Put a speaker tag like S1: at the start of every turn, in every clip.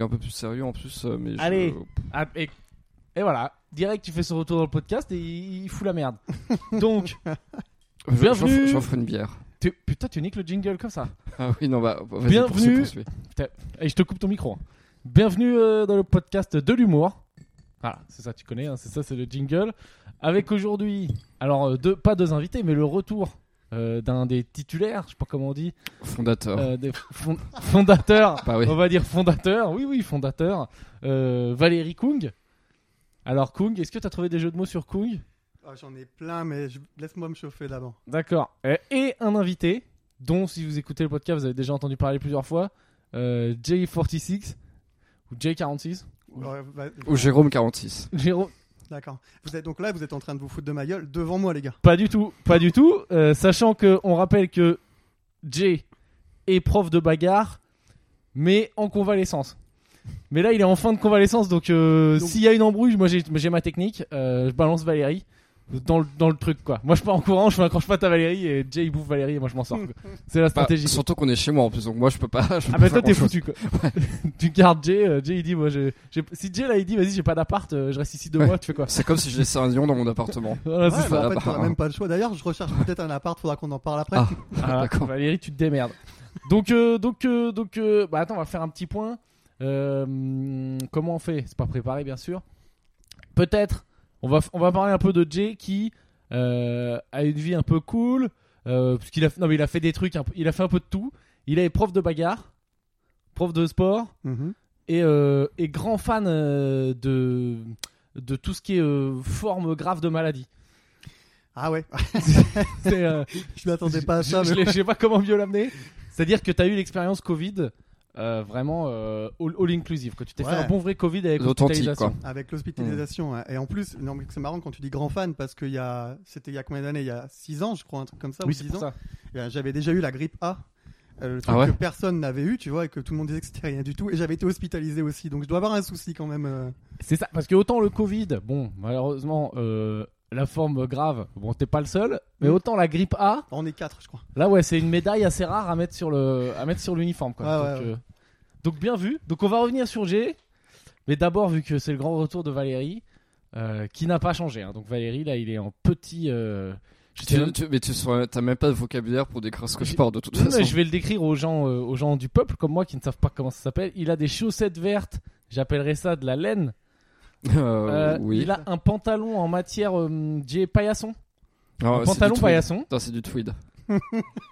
S1: Et un peu plus sérieux en plus, euh, mais je-
S2: Allez. Ah, et, et voilà, direct, tu fais son retour dans le podcast et il, il fout la merde. Donc,
S1: Je- j'en-
S2: Bienvenue.
S1: J'en ferai une bière.
S2: tu- putain, tu niques le jingle comme ça.
S1: Ah oui, non, bah, vas-y,
S2: Bienvenue.
S1: poursuis, poursuis.
S2: Et je te coupe ton micro. hein. Bienvenue euh, dans le podcast de l'humour. Voilà, c'est ça, tu connais, hein, c'est ça, c'est le jingle. Avec aujourd'hui, alors, euh, deux, pas deux invités, mais le retour euh, d'un des titulaires, je sais pas comment on dit,
S1: Fondateur.
S2: euh, oh. des fon- fondateurs,
S1: Bah oui.
S2: on va dire fondateur, oui, oui, fondateur, euh, Valérie Kung. Alors, Kung, est-ce que tu as trouvé des jeux de mots sur Kung
S3: Ah, J'en ai plein, mais je- laisse-moi me chauffer d'abord.
S2: D'accord. Euh, Et un invité, dont si vous écoutez le podcast, vous avez déjà entendu parler plusieurs fois, euh, J46 ou J46. Oui.
S3: Ouais, vas-
S1: Ou Jérôme 46.
S2: Jérôme,
S3: D'accord. Vous êtes donc là, vous êtes en train de vous foutre de ma gueule devant moi, les gars.
S2: pas du tout, pas du tout. Euh, sachant que on rappelle que J est prof de bagarre, mais en convalescence. Mais là, il est en fin de convalescence, donc, euh,
S3: Donc-
S2: s'il y a une embrouille, moi j'ai j'ai ma technique, euh, je balance Valérie dans le, dans le truc quoi. Moi je pars en courant, je m'accroche pas à Valérie et Jay il bouffe Valérie et moi je m'en sors. quoi. C'est la
S1: Bah,
S2: stratégie. quoi.
S1: surtout qu'on est chez moi en plus, donc moi je peux pas. je peux pas
S2: Ah bah
S1: faire
S2: toi t'es
S1: grand-chose.
S2: foutu quoi. tu gardes Jay, euh, Jay il dit moi je, j'ai- si Jay là il dit vas-y j'ai pas d'appart, euh, je reste ici deux
S1: Ouais.
S2: mois, tu fais quoi
S1: C'est comme si je laissais un lion dans mon appartement.
S2: Voilà,
S3: Ouais,
S2: c'est
S1: bah,
S2: ça.
S3: mais en
S1: Ah
S3: fait, t'auras
S1: bah.
S3: même pas le choix. D'ailleurs, je recherche peut-être un appart, faudra qu'on en parle après.
S1: Ah.
S2: Ah,
S1: d'accord.
S2: Valérie tu te démerdes. Donc euh, donc euh, donc euh, bah attends on va faire un petit point. Euh, hum, comment on fait C'est pas préparé bien sûr. Peut-être on va f- on va parler un peu de Jay qui euh, a une vie un peu cool euh, parce qu'il a non mais il a fait des trucs un peu- il a fait un peu de tout. Il est prof de bagarre, prof de sport.
S3: Mhm.
S2: et, euh, et grand fan euh, de, de tout ce qui est euh, forme grave de maladie.
S3: Ah ouais,
S2: C'est, euh,
S3: je m'attendais pas à
S2: je-
S3: ça.
S2: je,
S3: mais-
S2: l'ai- je sais pas comment mieux l'amener. C'est-à-dire que tu as eu l'expérience Covid euh, vraiment euh, all, all inclusive. Quand tu t'es
S3: Ouais.
S2: fait un bon vrai Covid avec
S1: L'authentique,
S2: l'hospitalisation.
S3: Avec l'hospitalisation. ouais. Et en plus, non, mais c'est marrant quand tu dis grand fan parce qu'il y a, c'était il y a combien d'années Il y a 6 ans, je crois, un truc comme ça,
S2: Oui,
S3: ou
S2: c'est
S3: 10
S2: pour
S3: ans.
S2: ça.
S3: Eh bien, J'avais déjà eu la grippe A. euh, le truc
S1: Ah ouais
S3: que personne n'avait eu, tu vois, et que tout le monde disait que c'était rien du tout. Et j'avais été hospitalisé aussi, donc je dois avoir un souci quand même. euh.
S2: C'est ça, parce que autant le Covid, bon, malheureusement, euh, la forme grave, bon, t'es pas le seul, mais
S3: Mm.
S2: autant la grippe A,
S3: On est quatre, je crois.
S2: Là, ouais, c'est une médaille assez rare à mettre sur le, à mettre sur l'uniforme, quoi.
S3: Ouais,
S2: donc,
S3: ouais,
S2: euh, donc, bien vu. Donc, on va revenir sur G. Mais d'abord, vu que c'est le grand retour de Valérie, euh, qui n'a pas changé. hein. Donc, Valérie, là, il est en petit. euh, je, sais
S1: Tu,
S2: même-
S1: tu- mais tu saurais- t'as même pas de vocabulaire pour décrire ce que je
S2: J'ai-
S1: parle de toute
S2: Non, mais
S1: façon.
S2: je vais le décrire aux gens, euh, aux gens du peuple comme moi qui ne savent pas comment ça s'appelle. Il a des chaussettes vertes. J'appellerais ça de la laine.
S1: Euh,
S2: Euh,
S1: oui.
S2: Il a un pantalon en matière euh, Jay paillasson.
S1: Ah,
S2: un
S1: c'est
S2: pantalon
S1: du tweed.
S2: paillasson.
S1: Putain, c'est du tweed.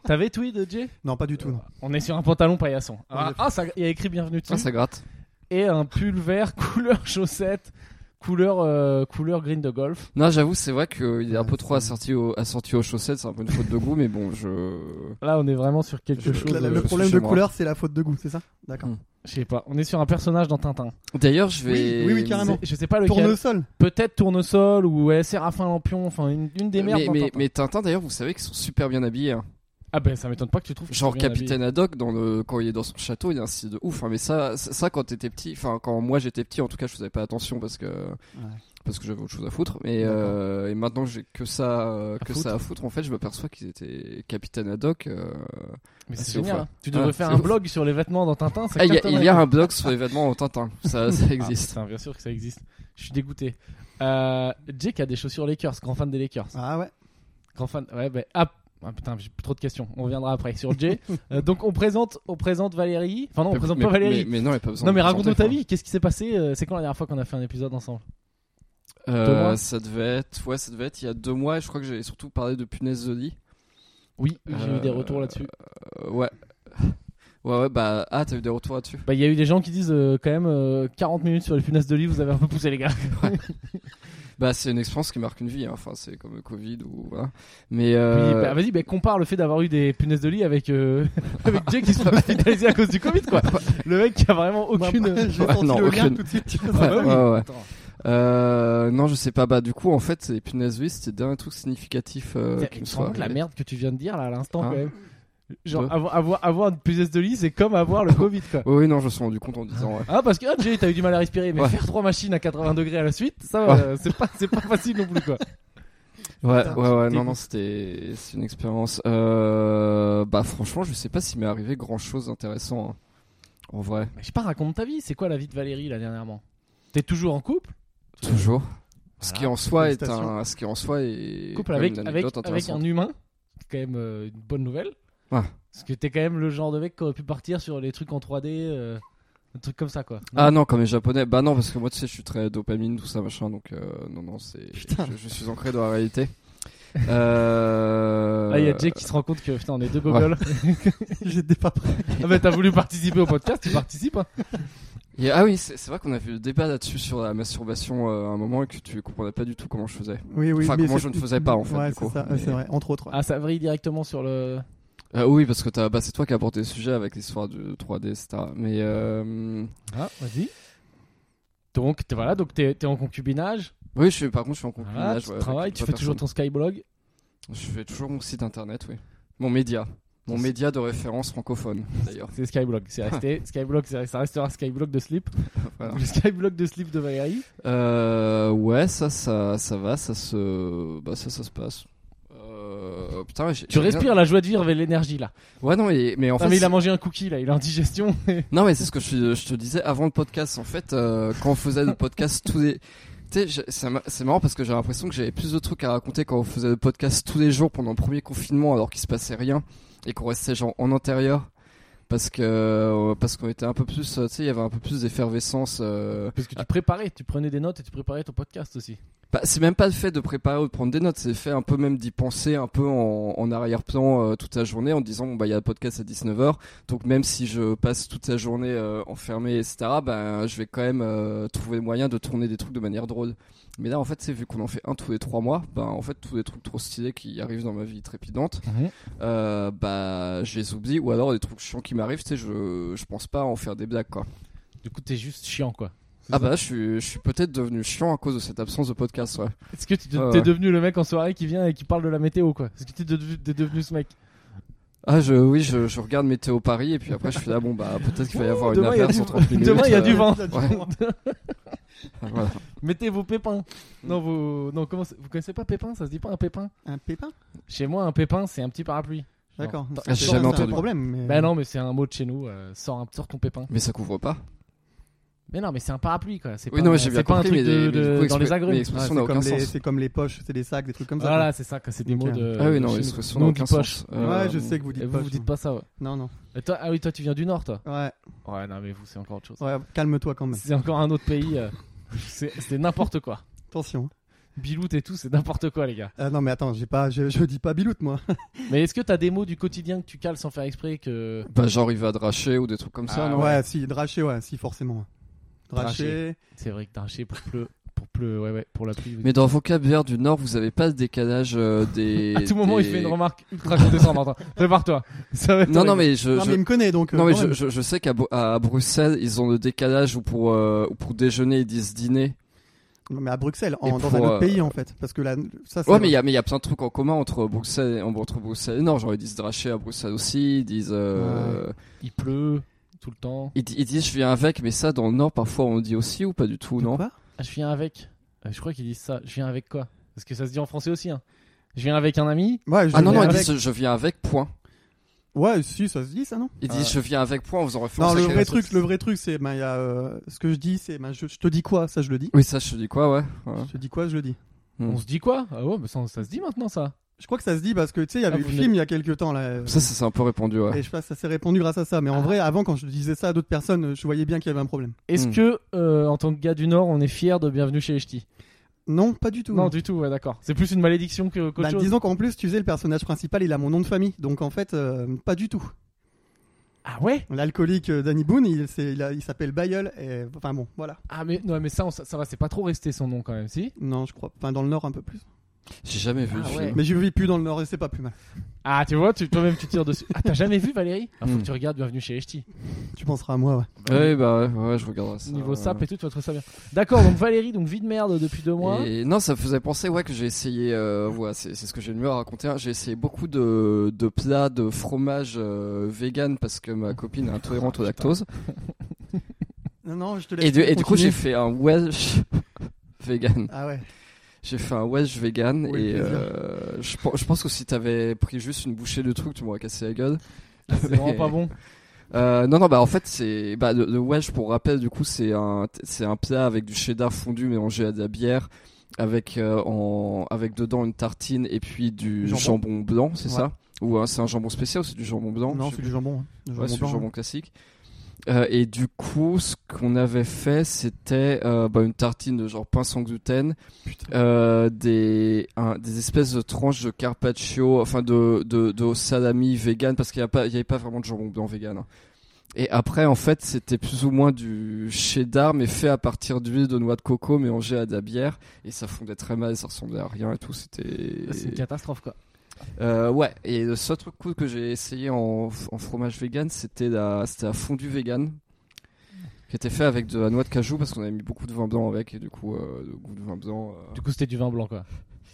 S2: T'avais tweed, Jay
S3: Non, pas du tout. non.
S2: On est sur un pantalon paillasson. Ah,
S3: Ouais.
S2: ah, ça, il y a écrit bienvenue dessus.
S1: Ah, ça gratte.
S2: et un pull vert couleur chaussette, couleur, euh, couleur green de golf.
S1: Non, j'avoue, c'est vrai qu'il est un
S3: Ouais,
S1: peu trop
S2: Euh.
S3: c'est-
S1: assorti, au- assorti aux chaussettes, c'est un peu une faute de goût, mais bon, je.
S2: Là, on est vraiment sur quelque
S1: Je-
S2: chose.
S3: Le-
S1: la-
S2: euh,
S3: le,
S1: je suis
S3: problème
S1: chez
S3: de
S1: moi.
S3: couleur, c'est la faute de goût, c'est ça D'accord.
S2: Je sais pas. On est sur un personnage dans Tintin.
S1: D'ailleurs, je vais.
S3: Oui, oui, oui, carrément.
S2: Je sais pas lequel.
S3: Tournesol.
S2: Peut-être Tournesol ou ouais, Séraphin Lampion. Enfin, une, une des merdes.
S1: Euh, mais,
S2: dans
S1: mais,
S2: Tintin.
S1: mais Tintin, d'ailleurs, vous savez qu'ils sont super bien habillés. hein.
S2: Ah ben, ça m'étonne pas que tu trouves. qu'ils
S1: Genre
S2: sont bien
S1: Capitaine Haddock, dans le... quand il est dans son château, il y a un style de ouf. hein, Mais ça, ça, ça, quand t'étais petit, enfin, quand moi j'étais petit, en tout cas, je faisais pas attention parce que. Parce que j'avais autre chose à foutre, mais
S3: D'accord.
S1: euh, et maintenant que j'ai que ça euh,
S2: À
S1: que
S2: foutre.
S1: ça à foutre, en fait, je m'aperçois qu'ils étaient capitaine Haddock. euh,
S2: habillés.
S1: Ah,
S2: Mais c'est
S1: c'est
S2: génial.
S1: ouf, ouais.
S2: hein. Tu devrais
S1: Ah,
S2: faire
S1: c'est
S2: un
S1: ouf.
S2: blog sur les vêtements dans Tintin. ça
S1: ah, il y a-
S2: cartonnerait.
S1: il y a un blog sur les vêtements en Tintin, ça, ça
S2: Ah,
S1: existe.
S2: putain, bien sûr que ça existe. Je suis dégoûté. Euh, Jake a des chaussures Lakers, grand fan des Lakers.
S3: Ah ouais.
S2: Grand fan. Ouais, ben, ah, ah, putain, j'ai plus trop de questions. On reviendra après sur Jay. Euh, donc on présente, on présente Valérie. Enfin non, Ah, on
S1: Mais-
S2: présente
S1: mais-
S2: pas Valérie.
S1: Mais, hein. mais non, il y a pas besoin.
S2: non
S1: de
S2: mais
S1: présenter,
S2: raconte-nous ta
S1: quoi.
S2: vie. Qu'est-ce qui s'est passé euh, C'est quand la dernière fois qu'on a fait un épisode ensemble
S1: Euh,
S2: Deux mois.
S1: ça devait être, ouais, ça devait être il y a deux mois. et Je crois que j'avais surtout parlé de punaises de lit.
S2: Oui, j'ai eu des
S1: Euh,
S2: retours là-dessus.
S1: Euh, ouais. Ouais, ouais, bah, ah, t'as eu des retours là-dessus.
S2: Bah il y a eu des gens qui disent euh, quand même euh, 40 minutes sur les punaises de lit, vous avez un peu poussé les gars.
S1: Bah, c'est une expérience qui marque une vie, hein. enfin, c'est comme le Covid ou voilà. Mais.
S2: Oui,
S1: Euh...
S2: bah, vas-y, bah, compare le fait d'avoir eu des punaises de lit avec euh, avec Jay qui se fait hospitaliser à cause du Covid
S1: Bah,
S2: quoi. Le mec qui a vraiment aucune.
S3: Moi, J'ai
S1: Ouais,
S3: senti
S1: non,
S3: le lien
S1: aucune.
S3: tout de suite. tu
S2: Ah,
S3: vois.
S2: bah oui.
S1: ouais, ouais.
S2: Attends.
S1: Euh, non, je sais pas. Bah, du coup, en fait, les punaises de lit, c'était le dernier truc significatif euh,
S2: Tiens,
S1: qui
S2: Tu
S1: me
S2: te
S1: soit
S2: rends compte la
S1: arrivé.
S2: merde que tu viens de dire là à l'instant
S1: Hein Bah.
S2: quand même. Genre
S1: Deux.
S2: avoir, avoir, avoir une punaise de lit, c'est comme avoir le Covid quoi.
S1: Oui, oui, non, je me suis rendu compte en disant. ouais.
S2: Ah parce que ah, Jay t'as eu du mal à respirer mais
S1: Ouais.
S2: faire trois machines à 80 degrés à la suite ça
S1: Ouais.
S2: euh, c'est pas c'est pas facile non plus quoi.
S1: Ouais,
S3: Putain,
S1: ouais, ouais,
S3: t'es
S1: non,
S3: ouf.
S1: non, c'était c'est une expérience. Euh, bah, franchement, je sais pas s'il m'est arrivé grand chose d'intéressant. hein. En vrai,
S2: Mais je sais pas, raconte ta vie. C'est quoi la vie de Valérie là dernièrement T'es toujours en couple
S1: toujours. Ce qui en soi est
S3: Félicitations.
S1: un, ce qui en soi est
S2: Couple
S1: quand même
S2: avec,
S1: une
S2: avec,
S1: anecdote
S2: avec un
S1: intéressante.
S2: humain. C'est quand même euh, une bonne nouvelle.
S1: Ouais.
S2: Parce que t'es quand même le genre de mec qui aurait pu partir sur les trucs en 3D, euh, un truc comme ça quoi.
S1: Ah non, comme les japonais. Bah non, parce que moi, tu sais, je suis très dopamine, tout ça, machin. Donc, euh, non, non, c'est. Je, je suis ancré dans la réalité. Euh...
S2: Là, Ah, il y a Jay qui se rend compte que putain, on est deux gogoles.
S3: J'étais pas prêt.
S2: ah bah, t'as voulu participer au podcast, tu participes. hein.
S1: il y a- Ah oui, c'est c'est vrai qu'on a vu le débat là-dessus sur la masturbation euh, à un moment et que tu comprenais pas du tout comment je faisais.
S3: Oui, oui.
S1: Enfin,
S3: mais
S1: comment
S3: c'est-
S1: je ne faisais pas, en fait,
S3: Ouais,
S1: du
S3: c'est
S1: coup.
S3: ça, euh,
S1: Mais-
S3: c'est vrai. Entre autres. ouais.
S2: Ah, ça vrille directement sur le.
S1: Euh, oui, parce que t'as- bah, c'est toi qui as apporté le sujet avec l'histoire du 3D, etc. Mais euh,
S2: Ah, vas-y. Donc, t'es- voilà, donc t'es t'es en concubinage.
S1: oui, je suis, par contre, je suis en
S2: Voilà,
S1: concubinage.
S2: tu
S1: ouais, avec
S2: travailles,
S1: une
S2: tu fais
S1: autre
S2: toujours ton skyblog.
S1: personne. Je fais toujours mon site internet, oui. Mon média. Mon média de référence francophone, d'ailleurs.
S2: C'est Skyblog, c'est resté. Skyblog, c'est- ça restera Skyblog de Sleep.
S1: Voilà.
S2: Le Skyblog de Sleep de Valérie.
S1: Euh, ouais, ça, ça, ça va, ça se, bah ça, ça se passe. Euh, putain, j'ai-
S2: Tu
S1: j'ai rien-
S2: respires la joie de vivre et l'énergie là.
S1: Ouais, non, mais, mais en
S2: Non,
S1: fait,
S2: mais il a
S1: c'est-
S2: mangé un cookie là, il est en digestion.
S1: non, mais c'est ce que je, je te disais avant le podcast. En fait, euh, quand on faisait le podcast tous les, tu sais, j'ai- ça m'a- c'est marrant parce que j'ai l'impression que j'avais plus de trucs à raconter quand on faisait le podcast tous les jours pendant le premier confinement, alors qu'il se passait rien et qu'on restait genre en intérieur. Parce que euh, parce qu'on était un peu plus, euh, tu sais, il y avait un peu plus d'effervescence. euh,
S2: Parce que tu préparais, tu prenais des notes et tu préparais ton podcast aussi.
S1: Bah, c'est même pas le fait de préparer ou de prendre des notes, c'est le fait un peu même d'y penser un peu en, en arrière-plan euh, toute la journée en disant bon bah il y a le podcast à 19h, donc même si je passe toute la journée euh, enfermé etc, bah, je vais quand même euh, trouver moyen de tourner des trucs de manière drôle. Mais là en fait c'est vu qu'on en fait un tous les trois mois, bah, en fait tous les trucs trop stylés qui arrivent dans ma vie trépidante, euh, bah je les oublie ou alors des trucs chiants qui m'arrivent, tu sais je, je pense pas à en faire des blagues quoi.
S2: Du coup, t'es juste chiant quoi. C'est
S1: Ah
S2: ça
S1: bah je suis, je suis peut-être devenu chiant à cause de cette absence de podcast ouais.
S2: Est-ce que tu te-
S1: Ouais,
S2: t'es
S1: ouais.
S2: devenu le mec en soirée qui vient et qui parle de la météo quoi Est-ce que t'es devenu, t'es devenu ce mec
S1: Ah je, oui, je, je regarde Météo Paris et puis après je suis là, bon bah peut-être qu'il va y avoir une
S2: Demain, il y a
S1: averse
S2: du-
S1: en 30 minutes.
S2: Demain il y a du
S1: euh,
S2: vent.
S1: ouais. Ah, voilà. Mm.
S2: Mettez vos pépins. Non, vous, non comment, c'est- vous connaissez pas pépin Ça se dit pas un pépin
S3: Un pépin
S2: Chez moi, un pépin, c'est un petit parapluie. Genre,
S3: D'accord.
S1: j'ai
S3: C'est-
S1: Ah, jamais
S3: c'est un
S1: entendu.
S3: problème.
S1: Mm.
S3: mais-
S2: Bah non, mais c'est un mot de chez nous. euh, sors, un, sors ton pépin.
S1: Mais ça couvre pas.
S2: Mais non, mais c'est un parapluie quoi. C'est
S1: Oui,
S2: pas,
S1: non,
S2: un-
S1: mais j'ai
S2: c'est
S1: bien
S2: pas un
S1: compris,
S2: truc
S1: mais
S2: de,
S1: des- mais
S2: de-
S1: du coup,
S2: dans les
S1: expr-
S2: agrumes.
S1: mais
S2: Ouais,
S1: expression
S3: C'est
S1: n'a
S3: comme,
S1: aucun
S3: les,
S1: sens.
S3: c'est comme les poches, c'est des sacs, des trucs comme ça.
S2: Voilà, c'est ça, quoi, c'est des
S3: Ok.
S2: mots de.
S1: Ah oui, non,
S2: de euh, chez nous.
S1: l'expression
S2: Nous,
S1: n'a
S2: on
S1: aucun
S2: dit poche.
S1: sens.
S3: quoi.
S1: Euh,
S3: Ouais, je sais que vous dites
S2: Et vous,
S3: poche,
S2: vous dites
S3: moi.
S2: pas ça, ouais.
S3: Non, non.
S2: Et toi, ah oui, toi, tu viens du Nord, toi.
S3: Ouais,
S2: Ouais, non, mais vous, c'est encore autre chose.
S3: ouais, calme-toi quand même.
S2: C'est encore un autre pays. euh, c'est c'est n'importe quoi.
S3: Attention.
S2: Biloute et tout, c'est n'importe quoi, les gars.
S3: Ah non, mais attends, j'ai pas, je, je dis pas biloute, moi.
S2: Mais est-ce que t'as des mots du quotidien que tu cales sans faire exprès que.
S1: Bah genre il va dracher ou des trucs comme ça,
S2: Ah,
S1: non
S3: ouais.
S2: ouais.
S3: si, draché, ouais, si, forcément. Draché.
S2: Draché. C'est vrai que d'archer pour pleu. Pour pleu, ouais, ouais, pour la pluie. vous-
S1: Mais dans le vocabulaire du Nord, vous avez pas le décalage euh, des...
S2: à tout moment, il
S1: des-
S2: fait une remarque ultra condescendante. hein. Prépare-toi. Ça va être
S1: Non, non,
S2: horrible.
S1: mais je...
S3: Non,
S1: je-
S3: mais il me connaît donc. euh,
S1: Non mais
S3: quand
S1: je,
S3: même.
S1: je, je sais qu'à Bru- à Bruxelles ils ont le décalage où pour euh, où pour déjeuner ils disent dîner.
S3: Non, mais à Bruxelles, en-
S1: Et
S3: dans
S1: pour,
S3: un autre
S1: euh,
S3: pays en fait. Parce que là, ça c'est.
S1: Ouais, mais il y a, mais il y a plein de trucs en commun entre Bruxelles, entre Bruxelles et Nord. Genre, ils disent draché à Bruxelles aussi, ils disent, euh,
S2: Il pleut tout le temps.
S1: ils, di- ils disent je viens avec, mais ça, dans le Nord, parfois, on dit aussi ou pas du tout, non?
S3: Quoi
S2: Ah, je viens avec. Euh, Je crois qu'ils disent ça. Je viens avec quoi Parce que ça se dit en français aussi. Hein. Je viens avec un ami.
S3: Ouais, je
S1: Ah non,
S3: viens
S1: non, ils
S3: avec.
S1: disent je viens avec, point.
S3: Ouais, si, ça se dit ça, non
S1: Ils
S2: Ah.
S1: disent je viens avec, point, en faisant référence
S3: Non,
S1: à
S3: le
S1: quelque
S3: vrai
S1: chose.
S3: truc, le vrai truc, c'est. Ben, il y a. euh, ce que je dis, c'est. Ben, je, je te dis quoi Ça, je le dis.
S1: Oui, ça, je te dis quoi, ouais. ouais.
S3: Je te dis quoi Je le dis.
S1: Mm.
S2: On se dit quoi Ah ouais, mais ça, ça se dit maintenant ça.
S3: Je crois que ça se dit parce que tu sais, il y avait
S2: Ah,
S3: eu
S2: vous
S3: le film il y a quelques temps là. euh,
S1: Ça, ça s'est un peu répandu, ouais.
S3: Et je sais pas, ça s'est répandu grâce à ça. Mais en
S2: Ah.
S3: vrai, avant, quand je disais ça à d'autres personnes, euh, je voyais bien qu'il y avait un problème.
S2: Est-ce
S1: Hmm.
S2: que, euh, en tant que gars du Nord, on est fier de Bienvenue chez les Ch'tis
S3: Non, pas du tout.
S2: Non, du tout, ouais, d'accord. C'est plus une malédiction que- qu'autre
S3: Bah,
S2: chose.
S3: disons qu'en plus, tu sais, le personnage principal, il a mon nom de famille. Donc en fait, euh, pas du tout.
S2: Ah ouais
S3: L'alcoolique euh, Danny Boone, il, c'est- il a- il s'appelle Bayeul. Et... Enfin bon, voilà.
S2: Ah, mais, non, mais ça, on- ça, ça va, c'est pas trop resté son nom quand même, si
S3: Non, je crois. Enfin, dans le Nord, un peu plus.
S1: J'ai jamais vu
S2: Ah
S1: le
S2: ouais.
S1: film.
S3: Mais je vis plus dans le Nord et c'est pas plus mal.
S2: Ah, tu vois, tu- toi-même tu tires dessus. Ah, t'as jamais vu Valérie Ah, faut
S1: Hmm.
S2: que tu regardes Bienvenue chez les Ch'tis.
S3: Tu penseras à moi, ouais.
S1: Ouais, bah, ouais, ouais, je regarderai ça.
S2: Niveau
S1: ouais.
S2: sap et tout, tu vas trouver ça bien. D'accord, donc Valérie, donc vie de merde depuis deux mois.
S1: Et non, ça me faisait penser, ouais, que j'ai essayé, euh, ouais, c'est c'est ce que j'ai le mieux à raconter. hein. J'ai essayé beaucoup de, de plats de fromage euh, vegan parce que ma copine est intolérante au lactose.
S3: Non, non, je te laisse.
S1: Et, de- et du coup,
S3: continuer.
S1: j'ai fait un Welsh vegan.
S3: Ah ouais.
S1: J'ai fait un Welsh vegan
S3: Oui,
S1: et
S3: plaisir.
S1: euh, je, pen- je pense que si t'avais pris juste une bouchée de truc, tu m'aurais cassé la gueule.
S2: C'est vraiment pas bon.
S1: Euh, non, non, bah en fait, c'est. Bah, le, le wedge, pour rappel, du coup, c'est un, c'est un plat avec du cheddar fondu mélangé à de la bière, avec, euh, en, avec dedans une tartine et puis du
S3: Jambon.
S1: jambon, blanc, c'est
S3: Ouais.
S1: ça Ou euh, c'est un jambon spécial ou c'est du jambon blanc
S3: Non,
S1: Je sais
S3: c'est du jambon. hein. Du
S1: Ouais, c'est du
S3: blanc,
S1: jambon
S3: hein.
S1: classique. Euh, et du coup, ce qu'on avait fait, c'était euh, bah, une tartine de genre pain sans gluten,
S3: Putain.
S1: euh, des, un- des espèces de tranches de carpaccio, enfin de, de, de salami vegan, parce qu'il n'y a pas- il y avait pas vraiment de jambon blanc vegan. hein. Et après, en fait, c'était plus ou moins du cheddar, mais fait à partir d'huile de noix de coco mélangée à de la bière. Et ça fondait très mal, ça ressemblait à rien et tout. C'était.
S2: Ah, C'est une catastrophe quoi.
S1: Euh, ouais, et le seul truc cool que j'ai essayé en, en fromage vegan, c'était la, c'était la fondue vegan, qui était fait avec de la noix de cajou, parce qu'on avait mis beaucoup de vin blanc avec, et du coup, euh, le goût de vin blanc, euh,
S2: Du coup, c'était du vin blanc quoi.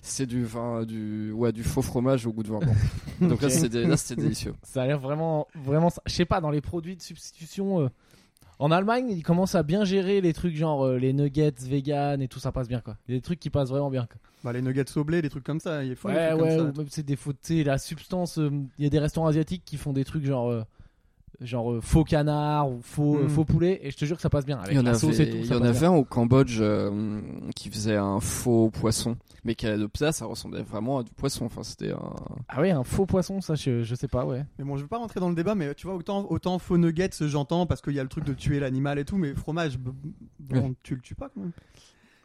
S1: c'est du vin, du, ouais, du faux fromage au goût de vin blanc. Donc là,
S2: Ok.
S1: c'était, là, c'était délicieux.
S2: Ça a l'air vraiment, vraiment. Je sais pas, dans les produits de substitution. euh, En Allemagne, ils commencent à bien gérer les trucs genre euh, les nuggets vegan et tout, ça passe bien quoi. Il y a des trucs qui passent vraiment bien quoi.
S3: Bah, les nuggets au blé, des trucs comme ça. Il faut des
S2: Ouais,
S3: trucs
S2: ouais,
S3: comme ça.
S2: ou même c'est des faux. Tu sais, la substance. euh, Il y a des restaurants asiatiques qui font des trucs genre. euh, Genre euh, faux canard ou faux, euh,
S3: Mm.
S2: faux poulet, et je te jure que ça passe bien. Avec
S1: Il y en
S2: la
S1: avait,
S2: sauce et tout,
S1: il
S2: ça
S1: y en
S2: passe bien.
S1: avait un au Cambodge euh, qui faisait un faux poisson, mais qui, le plat, ça ressemblait vraiment à du poisson. Enfin, c'était un.
S2: Ah ouais, un faux poisson, ça, je, je sais pas, ouais.
S3: Mais bon, je vais pas rentrer dans le débat, mais euh, tu vois, autant, autant faux nuggets, j'entends, parce qu'il y a le truc de tuer l'animal et tout, mais fromage, b- bon, tu le tues pas quand même.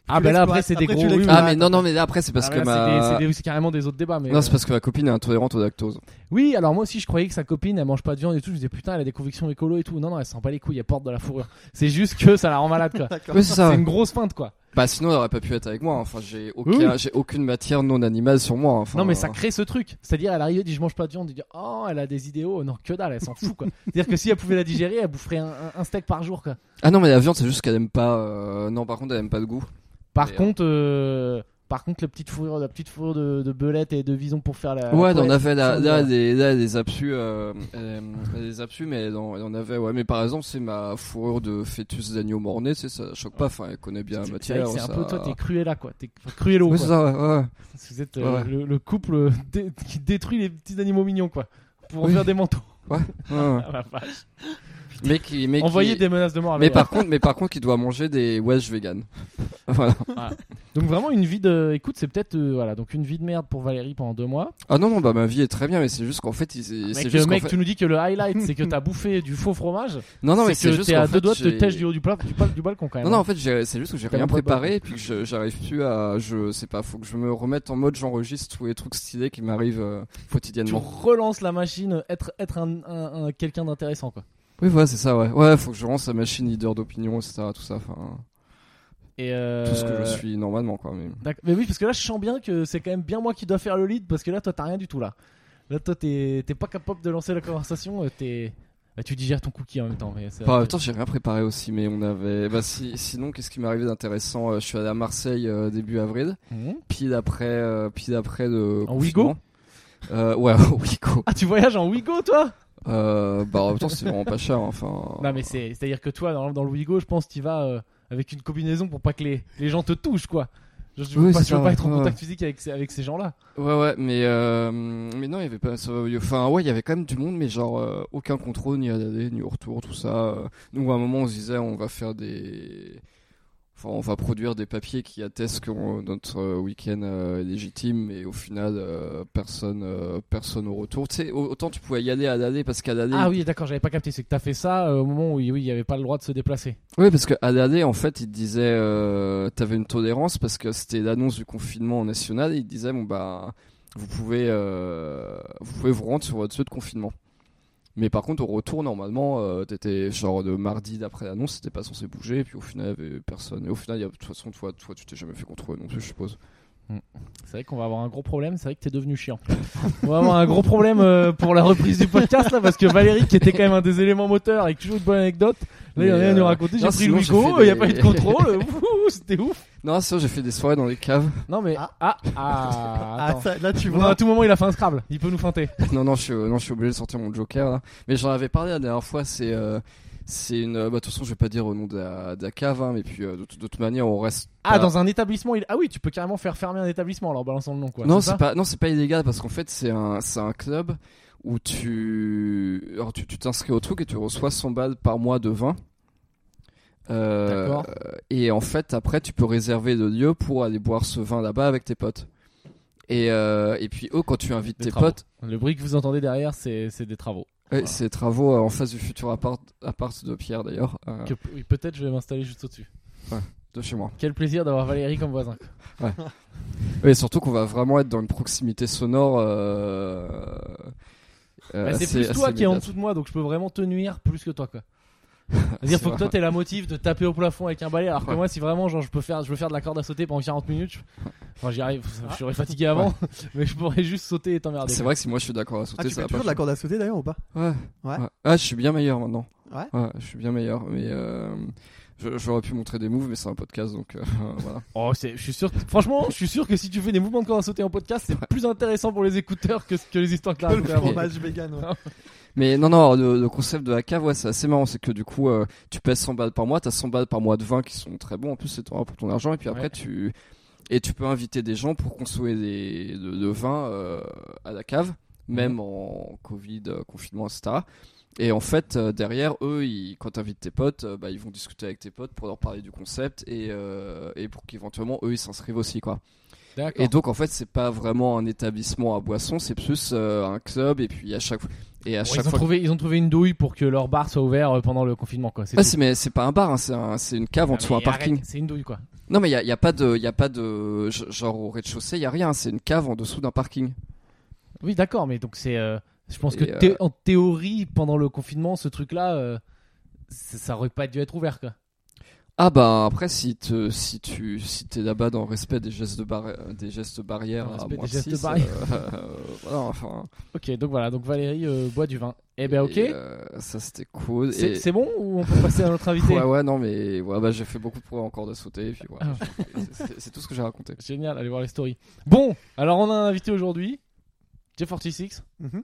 S2: Ah
S3: Tu
S2: bah là,
S3: l'exploites,
S2: après, c'est des
S3: après,
S2: gros.
S3: tu
S2: oui,
S3: l'exploites.
S2: oui.
S1: Ah, mais non, non, mais là, après, c'est parce
S2: Ah,
S1: que
S2: là,
S1: ma.
S2: c'est des- c'est des- c'est carrément des autres débats, mais.
S1: Non,
S2: euh,
S1: c'est parce que ma copine est intolérante au lactose.
S2: Oui, alors moi aussi je croyais que sa copine elle mange pas de viande et tout. Je me disais putain, elle a des convictions écolo et tout. Non, non, elle s'en bat les couilles, elle porte de la fourrure. C'est juste que ça la rend malade quoi.
S3: D'accord.
S1: Oui, c'est ça.
S2: C'est une grosse feinte quoi.
S1: Bah sinon, elle aurait pas pu être avec moi. hein. Enfin, j'ai
S2: Oui,
S1: aucun, j'ai aucune matière non animale sur moi. hein. Enfin, euh.
S2: non, mais ça crée ce truc. C'est-à-dire, elle arrive et dit je mange pas de viande. Il dit oh, elle a des idéaux. Non, que dalle, elle s'en fout quoi. C'est-à-dire que si elle pouvait la digérer, elle boufferait un, un- un steak par jour quoi.
S1: Ah non, mais la viande, c'est juste qu'elle aime pas. euh, Non, par contre, elle aime pas le goût.
S2: Par
S1: Et, euh,
S2: contre, euh, par contre, la petite fourrure, la petite fourrure de, de belette et de vison pour faire la.
S1: ouais,
S2: la
S1: elle en
S2: poêle,
S1: avait là,
S2: sans
S1: là,
S2: doute.
S1: des, là, des absus, euh, elle aime- elle a des absus, mais elle en, elle en avait. Ouais, mais par exemple, c'est ma fourrure de fœtus d'agneau mort-né, tu sais, ça choque pas. Enfin, elle connaît bien la
S2: C'est vrai
S1: matière.
S2: que c'est un
S1: ça-
S2: peu toi, t'es cruella quoi. T'es cruello.
S1: Ouais,
S2: quoi.
S1: c'est ça, ouais, ouais.
S2: Vous êtes euh,
S1: Ouais.
S2: le, le couple dé- qui détruit les petits animaux mignons, quoi. Pour en
S1: Oui.
S2: faire des manteaux.
S1: ouais, ouais.
S2: Ah, la vache.
S1: mais qui, mais qui-
S2: Envoyer des menaces de mort à
S1: Mais
S2: Véro.
S1: par contre, mais par contre, il doit manger des wedges vegan. voilà.
S2: Donc vraiment une vie de... Écoute, c'est peut-être... euh, voilà, donc une vie de merde pour Valérie pendant deux mois.
S1: Ah non, non, bah ma vie est très bien, mais c'est juste qu'en fait, il-
S2: Mec,
S1: c'est
S2: euh,
S1: juste qu'en
S2: mec
S1: fait-
S2: tu nous dis que le highlight, c'est que t'as bouffé du faux fromage.
S1: Non, non, mais
S2: c'est
S1: c'est
S2: que
S1: juste
S2: t'es
S1: qu'en
S2: à
S1: fait,
S2: deux doigts de te
S1: j'ai-
S2: tèche du haut du, pla- du, pal- du balcon, quand même. Hein.
S1: Non, non, en fait, j'ai- c'est juste que j'ai
S2: T'as
S1: rien
S2: même pas de
S1: préparé
S2: bol.
S1: et puis que je- j'arrive plus à. Je sais pas, faut que je me remette en mode j'enregistre tous les trucs stylés qui m'arrivent euh,
S2: Tu
S1: quotidiennement.
S2: relances la machine, euh, être, être un, un- un- quelqu'un d'intéressant, quoi.
S1: Oui, voilà, c'est ça, ouais. Ouais, faut que je lance la machine leader d'opinion, etc. Tout ça, enfin.
S2: Et euh,
S1: Tout ce que je suis normalement, quoi. Mais...
S2: D'accord. Mais oui, parce que là, je sens bien que c'est quand même bien moi qui dois faire le lead, parce que là, toi, t'as rien du tout là. Là, toi, t'es t'es pas capable de lancer la conversation. euh, T'es, bah, tu digères ton cookie en même temps. Mais c'est-
S1: Enfin, en même temps, Bah, j'ai rien préparé aussi, mais on avait. Bah, si... sinon, qu'est-ce qui m'est arrivé d'intéressant Euh, Je suis allé à Marseille euh, début avril,
S2: Mmh.
S1: pile après, euh, pile après le.
S2: En
S1: confinement. euh, Ouais, en Wigo.
S2: Ah, tu voyages en Wigo, toi
S1: Euh, bah, en même temps, c'est vraiment pas cher, hein, enfin.
S2: Non, mais c'est, c'est à dire que toi, dans, dans le Wigo, je pense, t'y vas euh, avec une combinaison pour pas que les, les gens te touchent, quoi. Je, je veux
S1: Oui,
S2: pas,
S1: c'est
S2: je veux
S1: ça,
S2: pas être en
S1: ouais.
S2: contact physique avec, ces- avec ces gens-là.
S1: Ouais ouais mais euh, mais non il y avait pas ça va- enfin ouais il y avait quand même du monde mais genre euh, aucun contrôle ni à l'aller ni au retour tout ça euh. nous à un moment on se disait on va faire des enfin on va produire des papiers qui attestent que euh, notre euh, week-end euh, est légitime mais au final euh, personne euh, personne au retour tu sais au- autant tu pouvais y aller à l'aller parce qu'à l'aller
S2: Ah oui, d'accord, j'avais pas capté. C'est que t'as fait ça euh, au moment où oui, oui, il y avait pas le droit de se déplacer.
S1: Oui, parce que à l'année, en fait, il te disait, euh, t'avais une tolérance parce que c'était l'annonce du confinement national. Et il te disait, bon bah, vous pouvez, euh, vous pouvez vous rendre sur votre lieu de confinement. Mais par contre, au retour, normalement, euh, t'étais genre de mardi d'après l'annonce, t'étais pas censé bouger. Et puis au final, il y avait personne. Et au final, il y a, de toute façon, toi, toi, tu t'es jamais fait contrôler non plus, je suppose.
S2: C'est vrai qu'on va avoir un gros problème. C'est vrai que t'es devenu chiant. On va avoir un gros problème euh, pour la reprise du podcast là, parce que Valérie, qui était quand même un des éléments moteurs et qui toujours une bonne anecdote, là, il y en a
S1: Mais,
S2: rien à nous
S1: euh,
S2: raconter. J'ai
S1: non,
S2: pris
S1: sinon,
S2: le
S1: j'ai
S2: Wigo,
S1: fait
S2: il y a
S1: des-
S2: pas eu de contrôle. euh, Ouh, C'était ouf.
S1: Non, sinon, j'ai fait des soirées dans les caves.
S2: Non mais ah
S3: Ah.
S2: ah,
S3: Ah,
S2: attends.
S3: ça, là, tu
S2: Bon, à
S3: vois.
S2: tout moment, il a fait un Scrabble. Il peut nous feinter.
S1: non, non, je suis, non, je suis obligé de sortir mon Joker là. Mais j'en avais parlé la dernière fois. C'est, euh, c'est une. Bah, de toute façon, je vais pas dire au nom de la, de la cave, hein, mais puis euh, de, toute- de toute manière, on reste.
S2: Ah,
S1: pas-
S2: dans un établissement. Il... Ah oui, tu peux carrément faire fermer un établissement en leur balançant le nom, quoi.
S1: non,
S2: c'est
S1: c'est
S2: ça
S1: pas, non, c'est pas illégal parce qu'en fait, c'est un, c'est un club où tu alors tu tu t'inscris au truc et tu reçois 100 balles par mois de vin. Euh,
S2: D'accord.
S1: et en fait, après, tu peux réserver le lieu pour aller boire ce vin là-bas avec tes potes. Et, euh, et puis, eux, quand tu invites
S2: Des
S1: tes
S2: travaux.
S1: potes,
S2: Le bruit que vous entendez derrière, c'est c'est des travaux.
S1: ouais,
S2: Voilà.
S1: c'est travaux euh, en face du futur appart, appart de Pierre d'ailleurs, euh,
S2: Que- oui, Peut-être je vais m'installer juste au-dessus.
S1: de chez moi.
S2: Quel plaisir d'avoir Valérie comme voisin.
S1: Euh, Et surtout qu'on va vraiment être dans une proximité sonore. euh, euh,
S2: Bah, c'est
S1: assez-
S2: plus toi
S1: assez
S2: qui est en
S1: immédiate.
S2: dessous de moi, donc je peux vraiment te nuire plus que toi, quoi. C'est-à-dire, faut que toi t'aies la motive de taper au plafond avec un balai, alors que
S1: Ah, Ouais.
S2: moi, si vraiment, genre, je peux faire, je veux faire de la corde à sauter pendant 40 minutes, je- enfin, j'y arrive, je serais fatigué avant, mais je pourrais juste sauter et t'emmerder.
S1: Ah. C'est vrai que si moi je suis d'accord à sauter,
S3: Ah, tu
S1: ça
S3: fais
S1: va
S3: toujours
S1: pas.
S3: de la corde à sauter d'ailleurs ou pas
S1: Ouais.
S3: Ouais.
S1: Ouais. Ah, je suis bien meilleur maintenant.
S3: Ouais.
S1: je suis bien meilleur. Mais euh, je- j'aurais pu montrer des moves, mais c'est un podcast, donc euh, voilà.
S2: Oh, c'est- je suis sûr, que- franchement, je suis sûr que si tu fais des mouvements de corde à sauter en podcast, c'est plus intéressant pour les écouteurs que, que les histoires que t'as
S3: Le
S2: racontées avant.
S3: fromage vegan, ouais.
S1: Mais non, non, alors, le, le concept de la cave, ouais, c'est assez marrant. C'est que du coup, euh, tu pèses 100 balles par mois, t'as 100 balles par mois de vin qui sont très bons. En plus, c'est toi pour ton argent. Et puis après,
S2: Ouais.
S1: tu et tu peux inviter des gens pour consommer des, le, le vin euh, à la cave,
S2: Mhm.
S1: même en Covid, euh, confinement, etc. Et en fait, euh, derrière, eux, ils, quand t'invites tes potes, euh, bah, ils vont discuter avec tes potes pour leur parler du concept et, euh, et pour qu'éventuellement, eux, ils s'inscrivent aussi, quoi.
S2: D'accord.
S1: Et donc en fait c'est pas vraiment un établissement à boisson, c'est plus euh, un club et puis à chaque fois et à
S2: Bon,
S1: chaque
S2: ils, ont
S1: fois
S2: trouvé, ils ont trouvé une douille pour que leur bar soit ouvert euh, pendant le confinement, quoi. C'est
S1: Ah,
S2: tout.
S1: c'est- mais c'est pas un bar, hein, c'est un- c'est une cave en
S2: Ah,
S1: dessous un
S2: mais
S1: parking.
S2: arrête, C'est une douille, quoi.
S1: Non mais il y a, y a pas de, y a pas de g- genre au rez-de-chaussée, il y a rien, c'est une cave en dessous d'un parking.
S2: Oui, d'accord, mais donc c'est. euh, je pense que
S1: Et, euh,
S2: thé- en théorie, pendant le confinement, ce truc-là, euh, ça ça aurait pas dû être ouvert, quoi.
S1: Ah bah après si te, si tu si t'es là-bas dans le respect des gestes de barri- euh, des gestes barrières
S2: Dans le
S1: à
S2: respect
S1: moins
S2: des gestes
S1: six,
S2: barrières.
S1: euh, euh, voilà enfin.
S2: Ok, donc voilà, donc Valérie euh, boit du vin. Eh ben, ok.
S1: et, euh, ça c'était cool.
S2: c'est
S1: et-
S2: c'est bon ou on peut passer à notre invité
S1: Ouais ouais non mais ouais bah j'ai fait beaucoup pour encore de sauter et puis voilà.
S2: Ah.
S1: C'est- c'est tout ce que j'ai raconté.
S2: Génial, allez voir les stories. Bon, alors on a un invité aujourd'hui, J46.
S3: Mhm.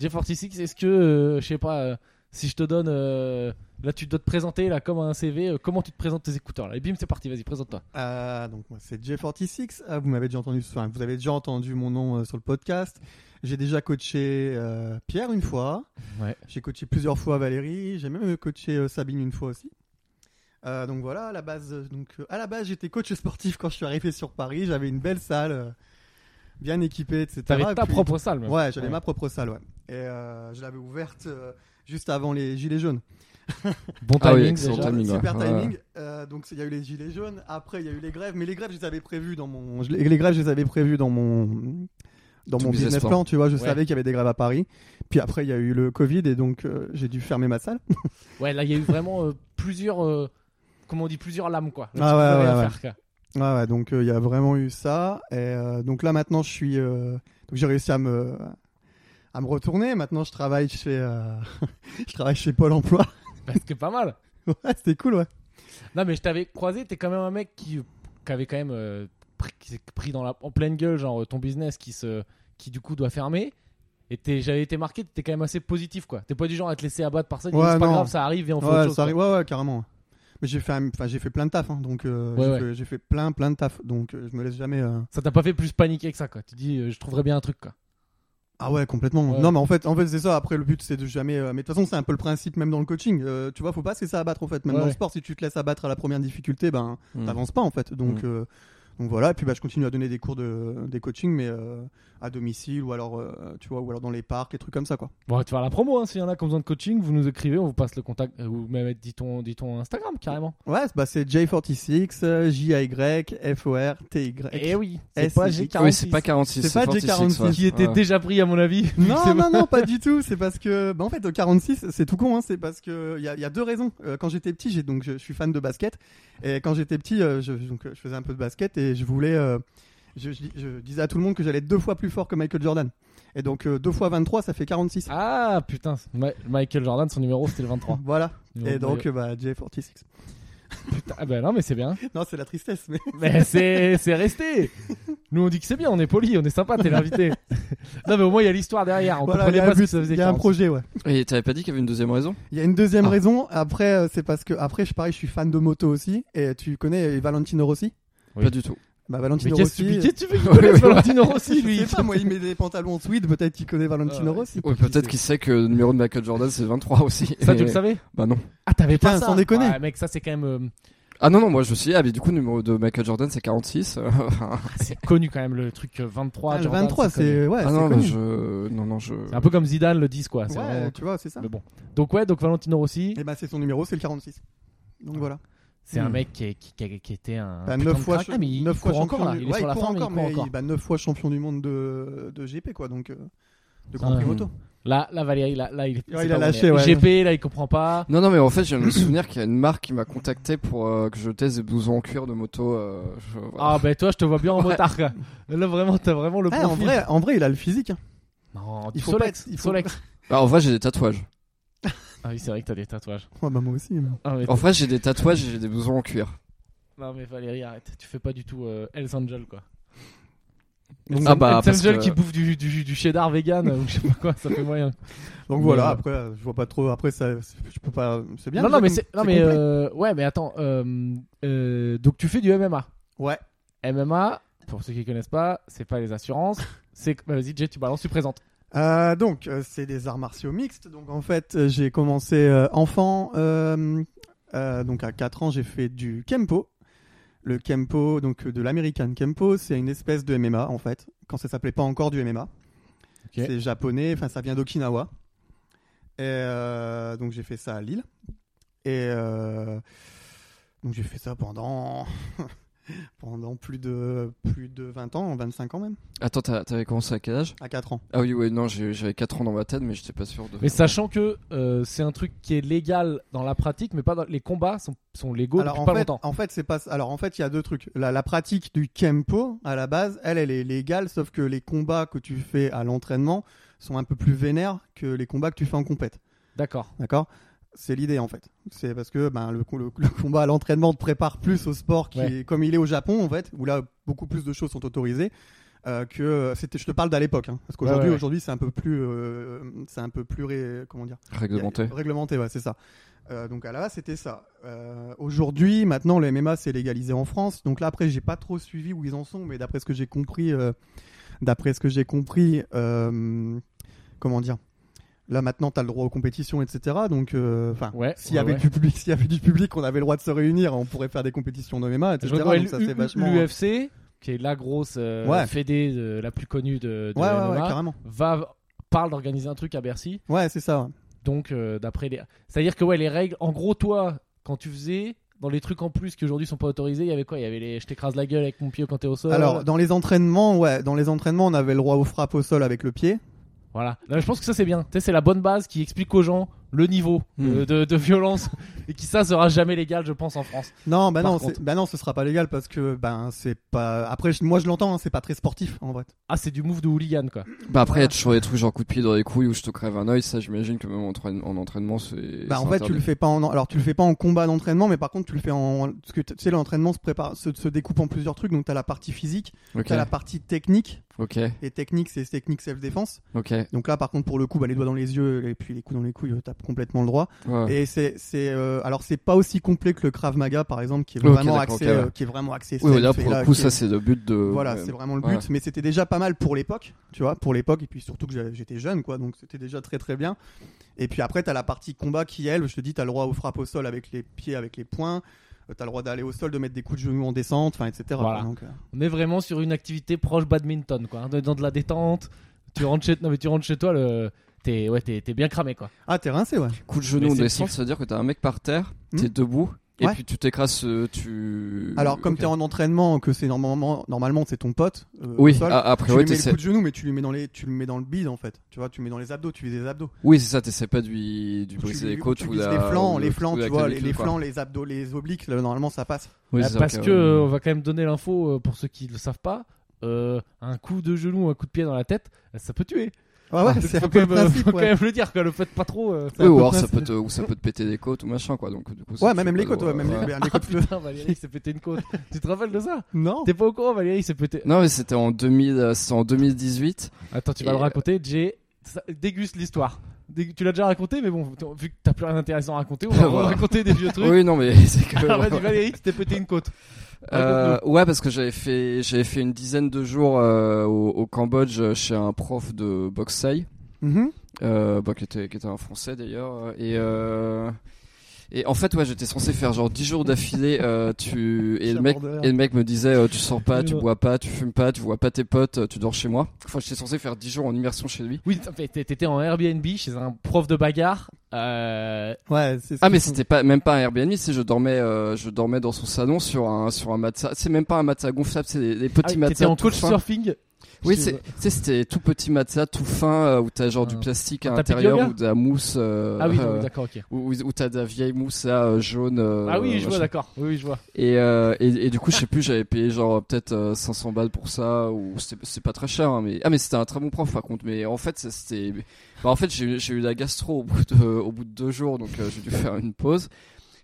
S2: J46, est-ce que, euh, je sais pas, euh, si je te donne. euh, là, tu dois te présenter là, comme un CV, euh, comment tu te présentes tes écouteurs là Et bim, c'est parti, vas-y, présente-toi.
S3: Euh, donc moi c'est J46. Ah, vous m'avez déjà entendu, enfin, vous avez déjà entendu mon nom euh, sur le podcast. J'ai déjà coaché euh, Pierre une fois.
S2: Ouais.
S3: J'ai coaché plusieurs fois Valérie. J'ai même coaché euh, Sabine une fois aussi. Euh, donc voilà, à la base, euh, donc euh, à la base j'étais coach sportif quand je suis arrivé sur Paris. J'avais une belle salle, euh, bien équipée, etc.
S2: T'avais
S3: Et
S2: ta
S3: puis-
S2: propre salle, même.
S3: Ouais, j'avais
S2: Ouais.
S3: ma propre salle, ouais. Et euh, je l'avais ouverte euh, juste avant les gilets jaunes.
S2: Bon
S1: Ah oui,
S2: timing,
S1: excellent
S2: déjà.
S1: timing. ouais.
S3: Super
S1: Ouais,
S3: timing. Euh, donc il y a eu les gilets jaunes. Après il y a eu les grèves, mais les grèves je les avais prévues dans mon, je les les grèves je les avais prévues dans mon dans
S1: Ton
S3: mon
S1: business
S3: business
S1: plan.
S3: plan. Tu vois, je
S2: Ouais.
S3: savais qu'il y avait des grèves à Paris. Puis après il y a eu le Covid et donc euh, j'ai dû fermer ma salle.
S2: Ouais, là, il y a eu vraiment euh, plusieurs. euh, comment on dit Plusieurs lames, quoi. Là,
S3: Ah
S2: tu
S3: ouais,
S2: pouvais
S3: ouais,
S2: rien
S3: ouais.
S2: faire, quoi.
S3: Ouais, ouais, donc euh, il y a vraiment eu ça. Et euh, donc là maintenant je suis, euh, donc j'ai réussi à me à me retourner. Maintenant je travaille chez euh, je travaille chez Pôle Emploi.
S2: Bah, c'était pas mal.
S3: ouais, c'était cool, ouais.
S2: Non, mais je t'avais croisé, t'es quand même un mec qui, qui avait quand même. euh, pris, qui s'est pris dans la, en pleine gueule, genre euh, ton business qui, se, qui du coup doit fermer. Et t'es- j'avais été marqué, t'étais quand même assez positif, quoi. T'es pas du genre à te laisser abattre par ça. tu dis,
S3: Ouais,
S2: c'est pas
S3: non.
S2: grave, ça arrive, viens, on fait
S3: Ouais,
S2: autre chose.
S3: ça arrive- ouais, ouais, carrément. Mais j'ai fait, un- enfin, j'ai fait plein de taf, hein, donc euh,
S2: Ouais,
S3: j'ai
S2: ouais.
S3: fait- j'ai fait plein, plein de taf, donc euh, je me laisse jamais. euh,
S2: quoi. Ça t'a pas fait plus paniquer que ça, quoi. Tu dis, euh, je trouverais bien un truc, quoi.
S3: Ah ouais, complètement.
S2: Ouais.
S3: Non, mais en fait, en fait, c'est ça. Après, le but, c'est de jamais. euh, Mais de toute façon, c'est un peu le principe, même dans le coaching. Euh, tu vois, faut pas se laisser abattre, en fait. Même
S2: Ouais.
S3: dans le sport, si tu te laisses abattre à la première difficulté, ben,
S2: Hmm.
S1: Mm.
S3: t'avances pas, en fait. Donc,
S1: Mm.
S3: euh, donc voilà. Et puis, bah, je continue à donner des cours de, des coachings, mais euh, à domicile ou alors, euh, tu vois, ou alors dans les parcs, les trucs comme ça, quoi.
S2: Bon, on va te faire la promo, hein. S'il y en a qui ont besoin de coaching, vous nous écrivez, on vous passe le contact, euh, ou même dit ton, dit ton Instagram, carrément.
S3: Ouais, bah, c'est J46, euh, J-A-Y-F-O-R-T-Y.
S2: Eh oui,
S3: S-
S2: c'est pas
S3: oui,
S2: G46.
S1: Oui, c'est pas 46,
S3: C'est pas
S1: c'est
S3: J46,
S1: 46, ouais.
S2: qui était
S1: Ouais.
S2: déjà pris à mon avis. vu que c'est-
S3: Non, non, non, pas du tout. C'est parce que, bah, en fait, au 46, c'est tout con. Hein, c'est parce que il y a, il y a deux raisons. Euh, quand j'étais petit, j'ai donc je, je suis fan de basket. Et quand j'étais petit, euh, je, donc, euh, je faisais un peu de basket et je voulais. euh, je, je- je disais à tout le monde que j'allais être deux fois plus fort que Michael Jordan. Et donc euh, deux fois 23, ça fait 46.
S2: Ah putain, Ma- Michael Jordan, son numéro c'était le 23.
S3: Voilà.
S2: Mais-
S3: Et donc, euh, bah, J46.
S2: putain, ah bah non mais c'est bien.
S3: Non, c'est la tristesse, mais.
S2: Mais c'est c'est resté. Nous on dit que c'est bien, on est poli, on est sympa, t'es l'invité. non mais au moins il y a l'histoire derrière, on
S3: voilà, il y
S2: comprenait
S3: a un
S2: pas ce que
S3: but,
S2: ça faisait.
S3: il y a un
S2: 40.
S3: projet, ouais.
S1: Et t'avais pas dit qu'il y avait une deuxième raison
S3: Il y a une deuxième
S1: Ah.
S3: raison. Après, euh, c'est parce que, après, je pareil, je suis fan de moto aussi. Et tu connais Valentino Rossi
S2: Oui.
S1: Pas du tout.
S3: Bah
S2: Mais
S3: Valentino
S2: qu'est-ce que tu mais
S3: Rossi.
S2: qu'est-ce que tu veux qu'il
S1: Oui,
S2: connaisse
S1: oui.
S2: Valentino Rossi,
S3: Je
S2: lui
S3: sais pas, moi il met des pantalons en tweed, peut-être qu'il connaît Valentino
S2: Ah ouais.
S3: Rossi.
S1: Ouais, peut-être qu'il sait que le numéro de Michael Jordan c'est 23 aussi.
S2: Ça, tu
S1: Et-
S2: le savais
S1: Bah non.
S2: Ah, t'avais pas
S3: Putain,
S2: ça
S3: sans déconner.
S2: Ouais, mec, ça, c'est quand même. euh,
S1: Ah non, non, moi je suis. Ah, mais du coup, le numéro de Michael Jordan c'est 46. euh,
S2: ah, c'est connu quand même, le truc euh, 23.
S3: Ah, le
S2: Jordan,
S3: 23,
S2: connu.
S3: c'est. Ouais,
S1: ah
S3: c'est
S1: non,
S3: connu.
S1: mais je. Non, non, je.
S2: C'est un peu comme Zidane le 10, quoi. c'est vraiment-
S3: Ouais, tu vois, c'est ça.
S2: Mais bon. Donc, ouais, donc Valentino Rossi,
S3: Et bah c'est son numéro, c'est le 46. Donc voilà.
S2: c'est un
S1: Hmm.
S2: mec qui, est- qui, qui- qui était un.
S3: Bah,
S2: Ah, putain
S3: neuf
S2: de
S3: fois,
S2: crack.
S3: cha-
S2: Ah, mais il
S3: neuf
S2: court
S3: fois
S2: encore,
S3: champion
S2: là.
S3: du-
S2: Il est
S3: ouais,
S2: sur la
S3: court
S2: forme, il
S3: encore,
S2: court
S3: mais
S2: encore.
S3: bah, 9 fois champion du monde de, de GP, quoi, donc euh, de Grand Prix
S2: Ah.
S3: Moto.
S2: Là, là, Valérie, là, là, il, est-
S3: Ouais,
S2: c'est
S3: il
S2: pas
S3: a
S2: bon,
S3: lâché, ouais.
S2: GP, là, il comprend pas.
S1: Non, non, mais en fait, je viens de me souvenir qu'il y a une marque qui m'a contacté pour euh, que je teste des blousons en cuir de moto. euh, je- voilà.
S2: Ah, ben toi, je te vois bien en
S1: Ouais.
S2: motard, quoi. Là, vraiment, t'as vraiment le
S3: Ah, en,
S2: profil.
S3: vrai, en vrai, il a le physique. hein.
S2: Non,
S3: Il
S2: du
S3: faut
S2: Solex.
S3: pas être- il faut-
S2: Solex.
S1: Bah, en vrai, j'ai des tatouages.
S2: Ah oui, c'est vrai que t'as des tatouages.
S3: Ouais, bah, moi aussi. mais-
S2: Ah, mais
S1: En vrai, j'ai des tatouages et j'ai des blousons en cuir.
S2: Non mais Valérie arrête, tu fais pas du tout euh, Hells Angel quoi.
S3: Donc,
S1: Ah bah,
S2: Hells
S1: parce
S2: Angel
S1: que-
S2: qui bouffe du, du, du cheddar vegan euh, ou je sais pas quoi, ça fait moyen.
S3: donc
S2: Mais,
S3: voilà,
S2: euh,
S3: après, euh, je vois pas trop. Après, ça, c'est- je peux pas. C'est bien.
S2: non
S3: déjà,
S2: non mais
S3: comme-
S2: c'est non
S3: c'est
S2: mais
S3: complet.
S2: euh, ouais mais attends euh, euh, donc tu fais du MMA.
S3: Ouais.
S2: MMA pour ceux qui connaissent pas, c'est pas les assurances, c'est bah, vas-y Jay tu balances, tu présentes.
S3: Euh, donc, euh, c'est des arts martiaux mixtes. Donc, en fait, euh, j'ai commencé euh, enfant. euh, euh, donc, à 4 ans, j'ai fait du Kempo. Le Kempo, donc euh, de l'American Kempo, c'est une espèce de MMA, en fait, quand ça s'appelait pas encore du MMA. C'est japonais, enfin, ça vient d'Okinawa. Et euh, donc, j'ai fait ça à Lille. Et euh, donc, j'ai fait ça pendant. pendant plus de, plus de 20 ans, 25 ans même,
S1: Attends, t'as- t'avais commencé à quel âge
S3: à 4 ans.
S1: Ah oui, ouais, non, j'ai- j'avais 4 ans dans ma tête, mais j'étais pas sûr de.
S2: Mais sachant que euh, c'est un truc qui est légal dans la pratique mais pas dans... les combats sont, sont légaux
S3: Alors,
S2: depuis
S3: en
S2: pas
S3: fait,
S2: longtemps.
S3: En fait, c'est pas. Alors en fait, il y a deux trucs. La, la pratique du kempo à la base, elle, elle est légale, sauf que les combats que tu fais à l'entraînement sont un peu plus vénères que les combats que tu fais en compète.
S2: D'accord.
S3: D'accord. C'est l'idée en fait. C'est parce que ben, le, co- le- le combat à l'entraînement te prépare plus au sport, qui
S2: Ouais.
S3: est- comme il est au Japon en fait, où là beaucoup plus de choses sont autorisées. euh, que c'était, je te parle d'à l'époque, hein, parce qu'aujourd'hui,
S2: Ouais, ouais, ouais.
S3: aujourd'hui, c'est un peu plus, euh, c'est un peu plus, ré- comment dire,
S1: Réglementé.
S3: Réglementé, ouais, c'est ça. Euh, donc à la base, c'était ça. Euh, Aujourd'hui, maintenant, le MMA c'est légalisé en France. Donc là, après, j'ai pas trop suivi où ils en sont, mais d'après ce que j'ai compris, euh, d'après ce que j'ai compris, euh, comment dire, là maintenant, t'as le droit aux compétitions, etc. Donc, euh, enfin,
S2: Ouais.
S3: s'il y
S2: ouais,
S3: avait
S2: ouais.
S3: du public, s'il y avait du public, on avait le droit de se réunir, on pourrait faire des compétitions de MMA,
S2: Je
S3: etc.
S2: vois
S3: Donc ça, c'est vachement. Ouais,
S2: l'UFC qui est la grosse euh,
S3: Ouais.
S2: fédé euh, la plus connue de, de
S3: ouais,
S2: MMA,
S3: ouais, carrément.
S2: va parle d'organiser un truc à Bercy.
S3: Ouais, c'est ça. ouais.
S2: Donc euh, d'après les c'est-à-dire que ouais les règles en gros toi quand tu faisais dans les trucs en plus qui aujourd'hui sont pas autorisés, il y avait quoi Il y avait les je t'écrase la gueule avec mon pied quand t'es au sol.
S3: Alors, dans les entraînements, ouais, dans les entraînements, on avait le droit aux frappes au sol avec le pied.
S2: voilà. Non, mais je pense que ça c'est bien. Tu sais c'est la bonne base qui explique aux gens le niveau
S1: Hmm.
S2: euh, de, de violence et qui ça sera jamais légal je pense en France.
S3: Non, bah
S2: Par
S3: non,
S2: contre.
S3: c'est- bah non, ce sera pas légal parce que ben c'est pas. Après, je- moi je l'entends, hein, c'est pas très sportif en vrai.
S2: Ah c'est du move de hooligan quoi.
S1: Bah après, être sur des trucs genre coup de pied dans les couilles ou je te crève un œil, ça j'imagine que même en, entraîne- en entraînement c'est.
S3: Bah
S1: c'est
S3: en fait, tu
S1: interdit.
S3: le fais pas en. Alors tu le fais pas en combat d'entraînement, mais par contre tu le fais en. Parce que tu sais, l'entraînement se prépare, se, se découpe en plusieurs trucs. Donc t'as la partie physique,
S1: Ok,
S3: t'as la partie technique.
S1: ok,
S3: Et technique, c'est technique self défense.
S1: ok. ouais.
S3: Donc là, par contre, pour le coup, bah, les doigts dans les yeux et puis les coups dans les couilles, euh, t'as complètement le droit.
S1: Ah.
S3: Et c'est, c'est, euh, alors c'est pas aussi complet que le Krav Maga, par exemple, qui est
S1: Ok,
S3: vraiment
S1: d'accord,
S3: axé,
S1: ok, ouais.
S3: euh, qui est vraiment axé.
S1: Oui, ouais,
S3: self
S1: là
S3: et
S1: pour le
S3: là,
S1: coup,
S3: qui est-
S1: ça c'est le but de.
S3: Voilà,
S1: euh,
S3: c'est vraiment le but.
S1: ouais.
S3: Mais c'était déjà pas mal pour l'époque, tu vois, pour l'époque. Et puis surtout que j'avais- j'étais jeune, quoi. Donc c'était déjà très très bien. Et puis après, t'as la partie combat qui, elle, je te dis, t'as le droit aux frappes au sol avec les pieds, avec les poings. Euh, T'as le droit d'aller au sol, de mettre des coups de genoux en descente, enfin, etc.
S2: Voilà.
S3: quoi. Donc, euh,
S2: On est vraiment sur une activité proche badminton, quoi. hein, Dans de la détente. Tu rentres chez, non, mais tu rentres chez toi, le... t'es ouais, t'es- t'es bien cramé, quoi.
S3: Ah, t'es rincé, ouais.
S1: Coup de
S2: Mais
S1: genou en
S2: c'est
S1: descente,
S2: kiff.
S1: ça veut dire que t'as un mec par terre,
S3: Hmm.
S1: t'es debout, et
S3: Ouais.
S1: puis tu t'écrases, euh, tu.
S3: Alors, comme
S1: Ok.
S3: t'es en entraînement, que c'est normalement, normalement c'est ton pote. euh,
S1: Oui, ah,
S3: au sol,
S1: a-
S3: tu
S1: après,
S3: lui
S1: ouais,
S3: mets le
S1: t'essaies-
S3: coup de genou, mais tu lui mets dans les, tu le mets dans le bide en fait. Tu vois, tu mets dans les abdos, tu vises les abdos.
S1: Oui, c'est ça, t'essaies pas de lui, de lui
S3: Tu
S1: briser
S3: lui-
S1: les côtes
S3: tu
S1: ou
S3: vises
S1: la-
S3: les flancs,
S1: ou
S3: les
S1: le-
S3: flancs,
S1: ou la
S3: tu vois, les,
S1: clavicule,
S3: les
S1: quoi.
S3: flancs, les abdos, les obliques, là, normalement ça passe.
S1: Oui,
S2: Ah,
S1: c'est ça,
S2: parce
S1: ok,
S2: que
S1: ouais.
S2: euh, on va quand même donner l'info euh, pour ceux qui ne le savent pas. euh, un coup de genou, un coup de pied dans la tête, euh, ça peut tuer.
S3: Ah ouais,
S2: Donc,
S3: c'est
S2: faut,
S3: un peu
S2: quand
S3: le
S2: même, euh,
S3: principe.
S2: faut
S3: ouais.
S2: quand même le dire, quoi. Le faites pas trop. euh.
S3: C'est un
S1: Oui, ou
S3: peu
S1: alors ça
S3: principe.
S1: peut, te, ou ça peut te péter les côtes ou machin quoi. Donc, du coup,
S3: Ouais,
S1: ça,
S3: mais
S1: tu
S3: même
S1: fais
S3: les
S1: pas
S3: côtes,
S1: de-
S3: ouais, même
S1: ouais.
S3: les, les
S2: Ah
S3: côtes.
S2: putain, Valérie, il s'est pété une côte. tu te rappelles de ça
S3: Non.
S2: T'es pas au courant, Valérie, il s'est pété.
S1: Non, mais c'était en, 2000, euh, c'était en 2018.
S2: Attends, tu vas
S1: Et,
S2: le
S1: euh,
S2: raconter. Jay ça- déguste l'histoire. des- tu l'as déjà raconté, mais bon, t- vu que t'as plus rien d'intéressant à raconter, on va
S1: Voilà.
S2: raconter des vieux trucs.
S1: Oui, non, mais c'est que.
S2: Alors vas-y Valérie, tu t'es pété une côte.
S1: Euh, ouais, parce que j'avais fait, j'avais fait une dizaine de jours euh, au, au Cambodge euh, chez un prof de boxe thaï,
S3: Mhm.
S1: euh, bah, qui, était, qui était un Français d'ailleurs. Et, euh, et en fait, ouais, j'étais censé faire genre 10 jours d'affilée. euh, tu et le mec, et le mec me disait, euh, tu sors pas, tu bois pas, tu fumes pas, tu vois pas tes potes, euh, tu dors chez moi. Enfin, j'étais censé faire 10 jours en immersion chez lui.
S2: Oui, t'en fait, t'é- t'étais en Airbnb chez un prof de bagarre. Euh,
S3: Ouais, c'est ce
S1: Ah
S3: qu'ils
S1: mais
S3: font.
S1: c'était pas même pas un Airbnb, c'est je dormais euh, je dormais dans son salon sur un sur un matelas, c'est même pas un matelas gonflable, c'est des, des
S2: ah oui,
S1: petits
S2: t'étais
S1: matelas
S2: en
S1: tout
S2: coach
S1: fins.
S2: surfing.
S1: Oui,
S2: Je-
S1: c'est tu sais, c'était tout petit matelas tout fin euh, où t'as genre du
S2: Ah.
S1: plastique à
S2: Un tapis de
S1: l'intérieur
S2: yoga
S1: ou de la mousse euh,
S2: Ah oui,
S1: euh,
S2: non, d'accord, ok.
S1: où, où t'as de la vieille mousse là euh, jaune euh,
S2: ah oui, je vois,
S1: machin.
S2: d'accord. Oui, oui, je vois.
S1: et, euh, et et du coup je sais plus j'avais payé genre peut-être euh, 500 balles pour ça ou c'est c'est pas très cher hein, mais ah mais c'était un très bon prof par contre mais en fait ça, c'était bah, en fait j'ai eu- j'ai eu la gastro au bout de au bout de deux jours donc euh, j'ai dû faire une pause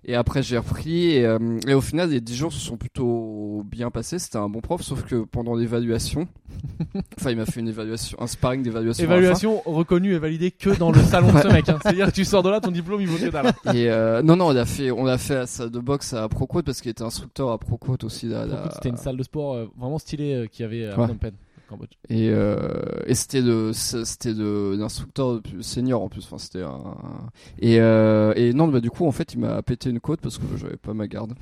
S1: et après j'ai repris et, euh, et au final les 10 jours se sont plutôt bien passés c'était un bon prof sauf que pendant l'évaluation enfin il m'a fait une évaluation un sparring d'évaluation à la fin.
S2: Évaluation reconnue et validée que dans le salon de ce mec. hein. C'est-à-dire que tu sors de là, ton diplôme, il vaut que dalle.
S1: et euh, non non on a fait on a fait à ça de boxe à Procote parce qu'il était instructeur à Procote aussi là,
S2: Pour le coup,
S1: là-
S2: C'était une salle de sport euh, vraiment stylée euh, qu'il y avait à
S1: Ouais.
S2: Phnom Penh, au Cambodge.
S1: Et, euh, et c'était de c'était de l'instructeur senior en plus. Enfin, c'était un- et euh, et non bah du coup en fait il m'a pété une côte parce que j'avais pas ma garde.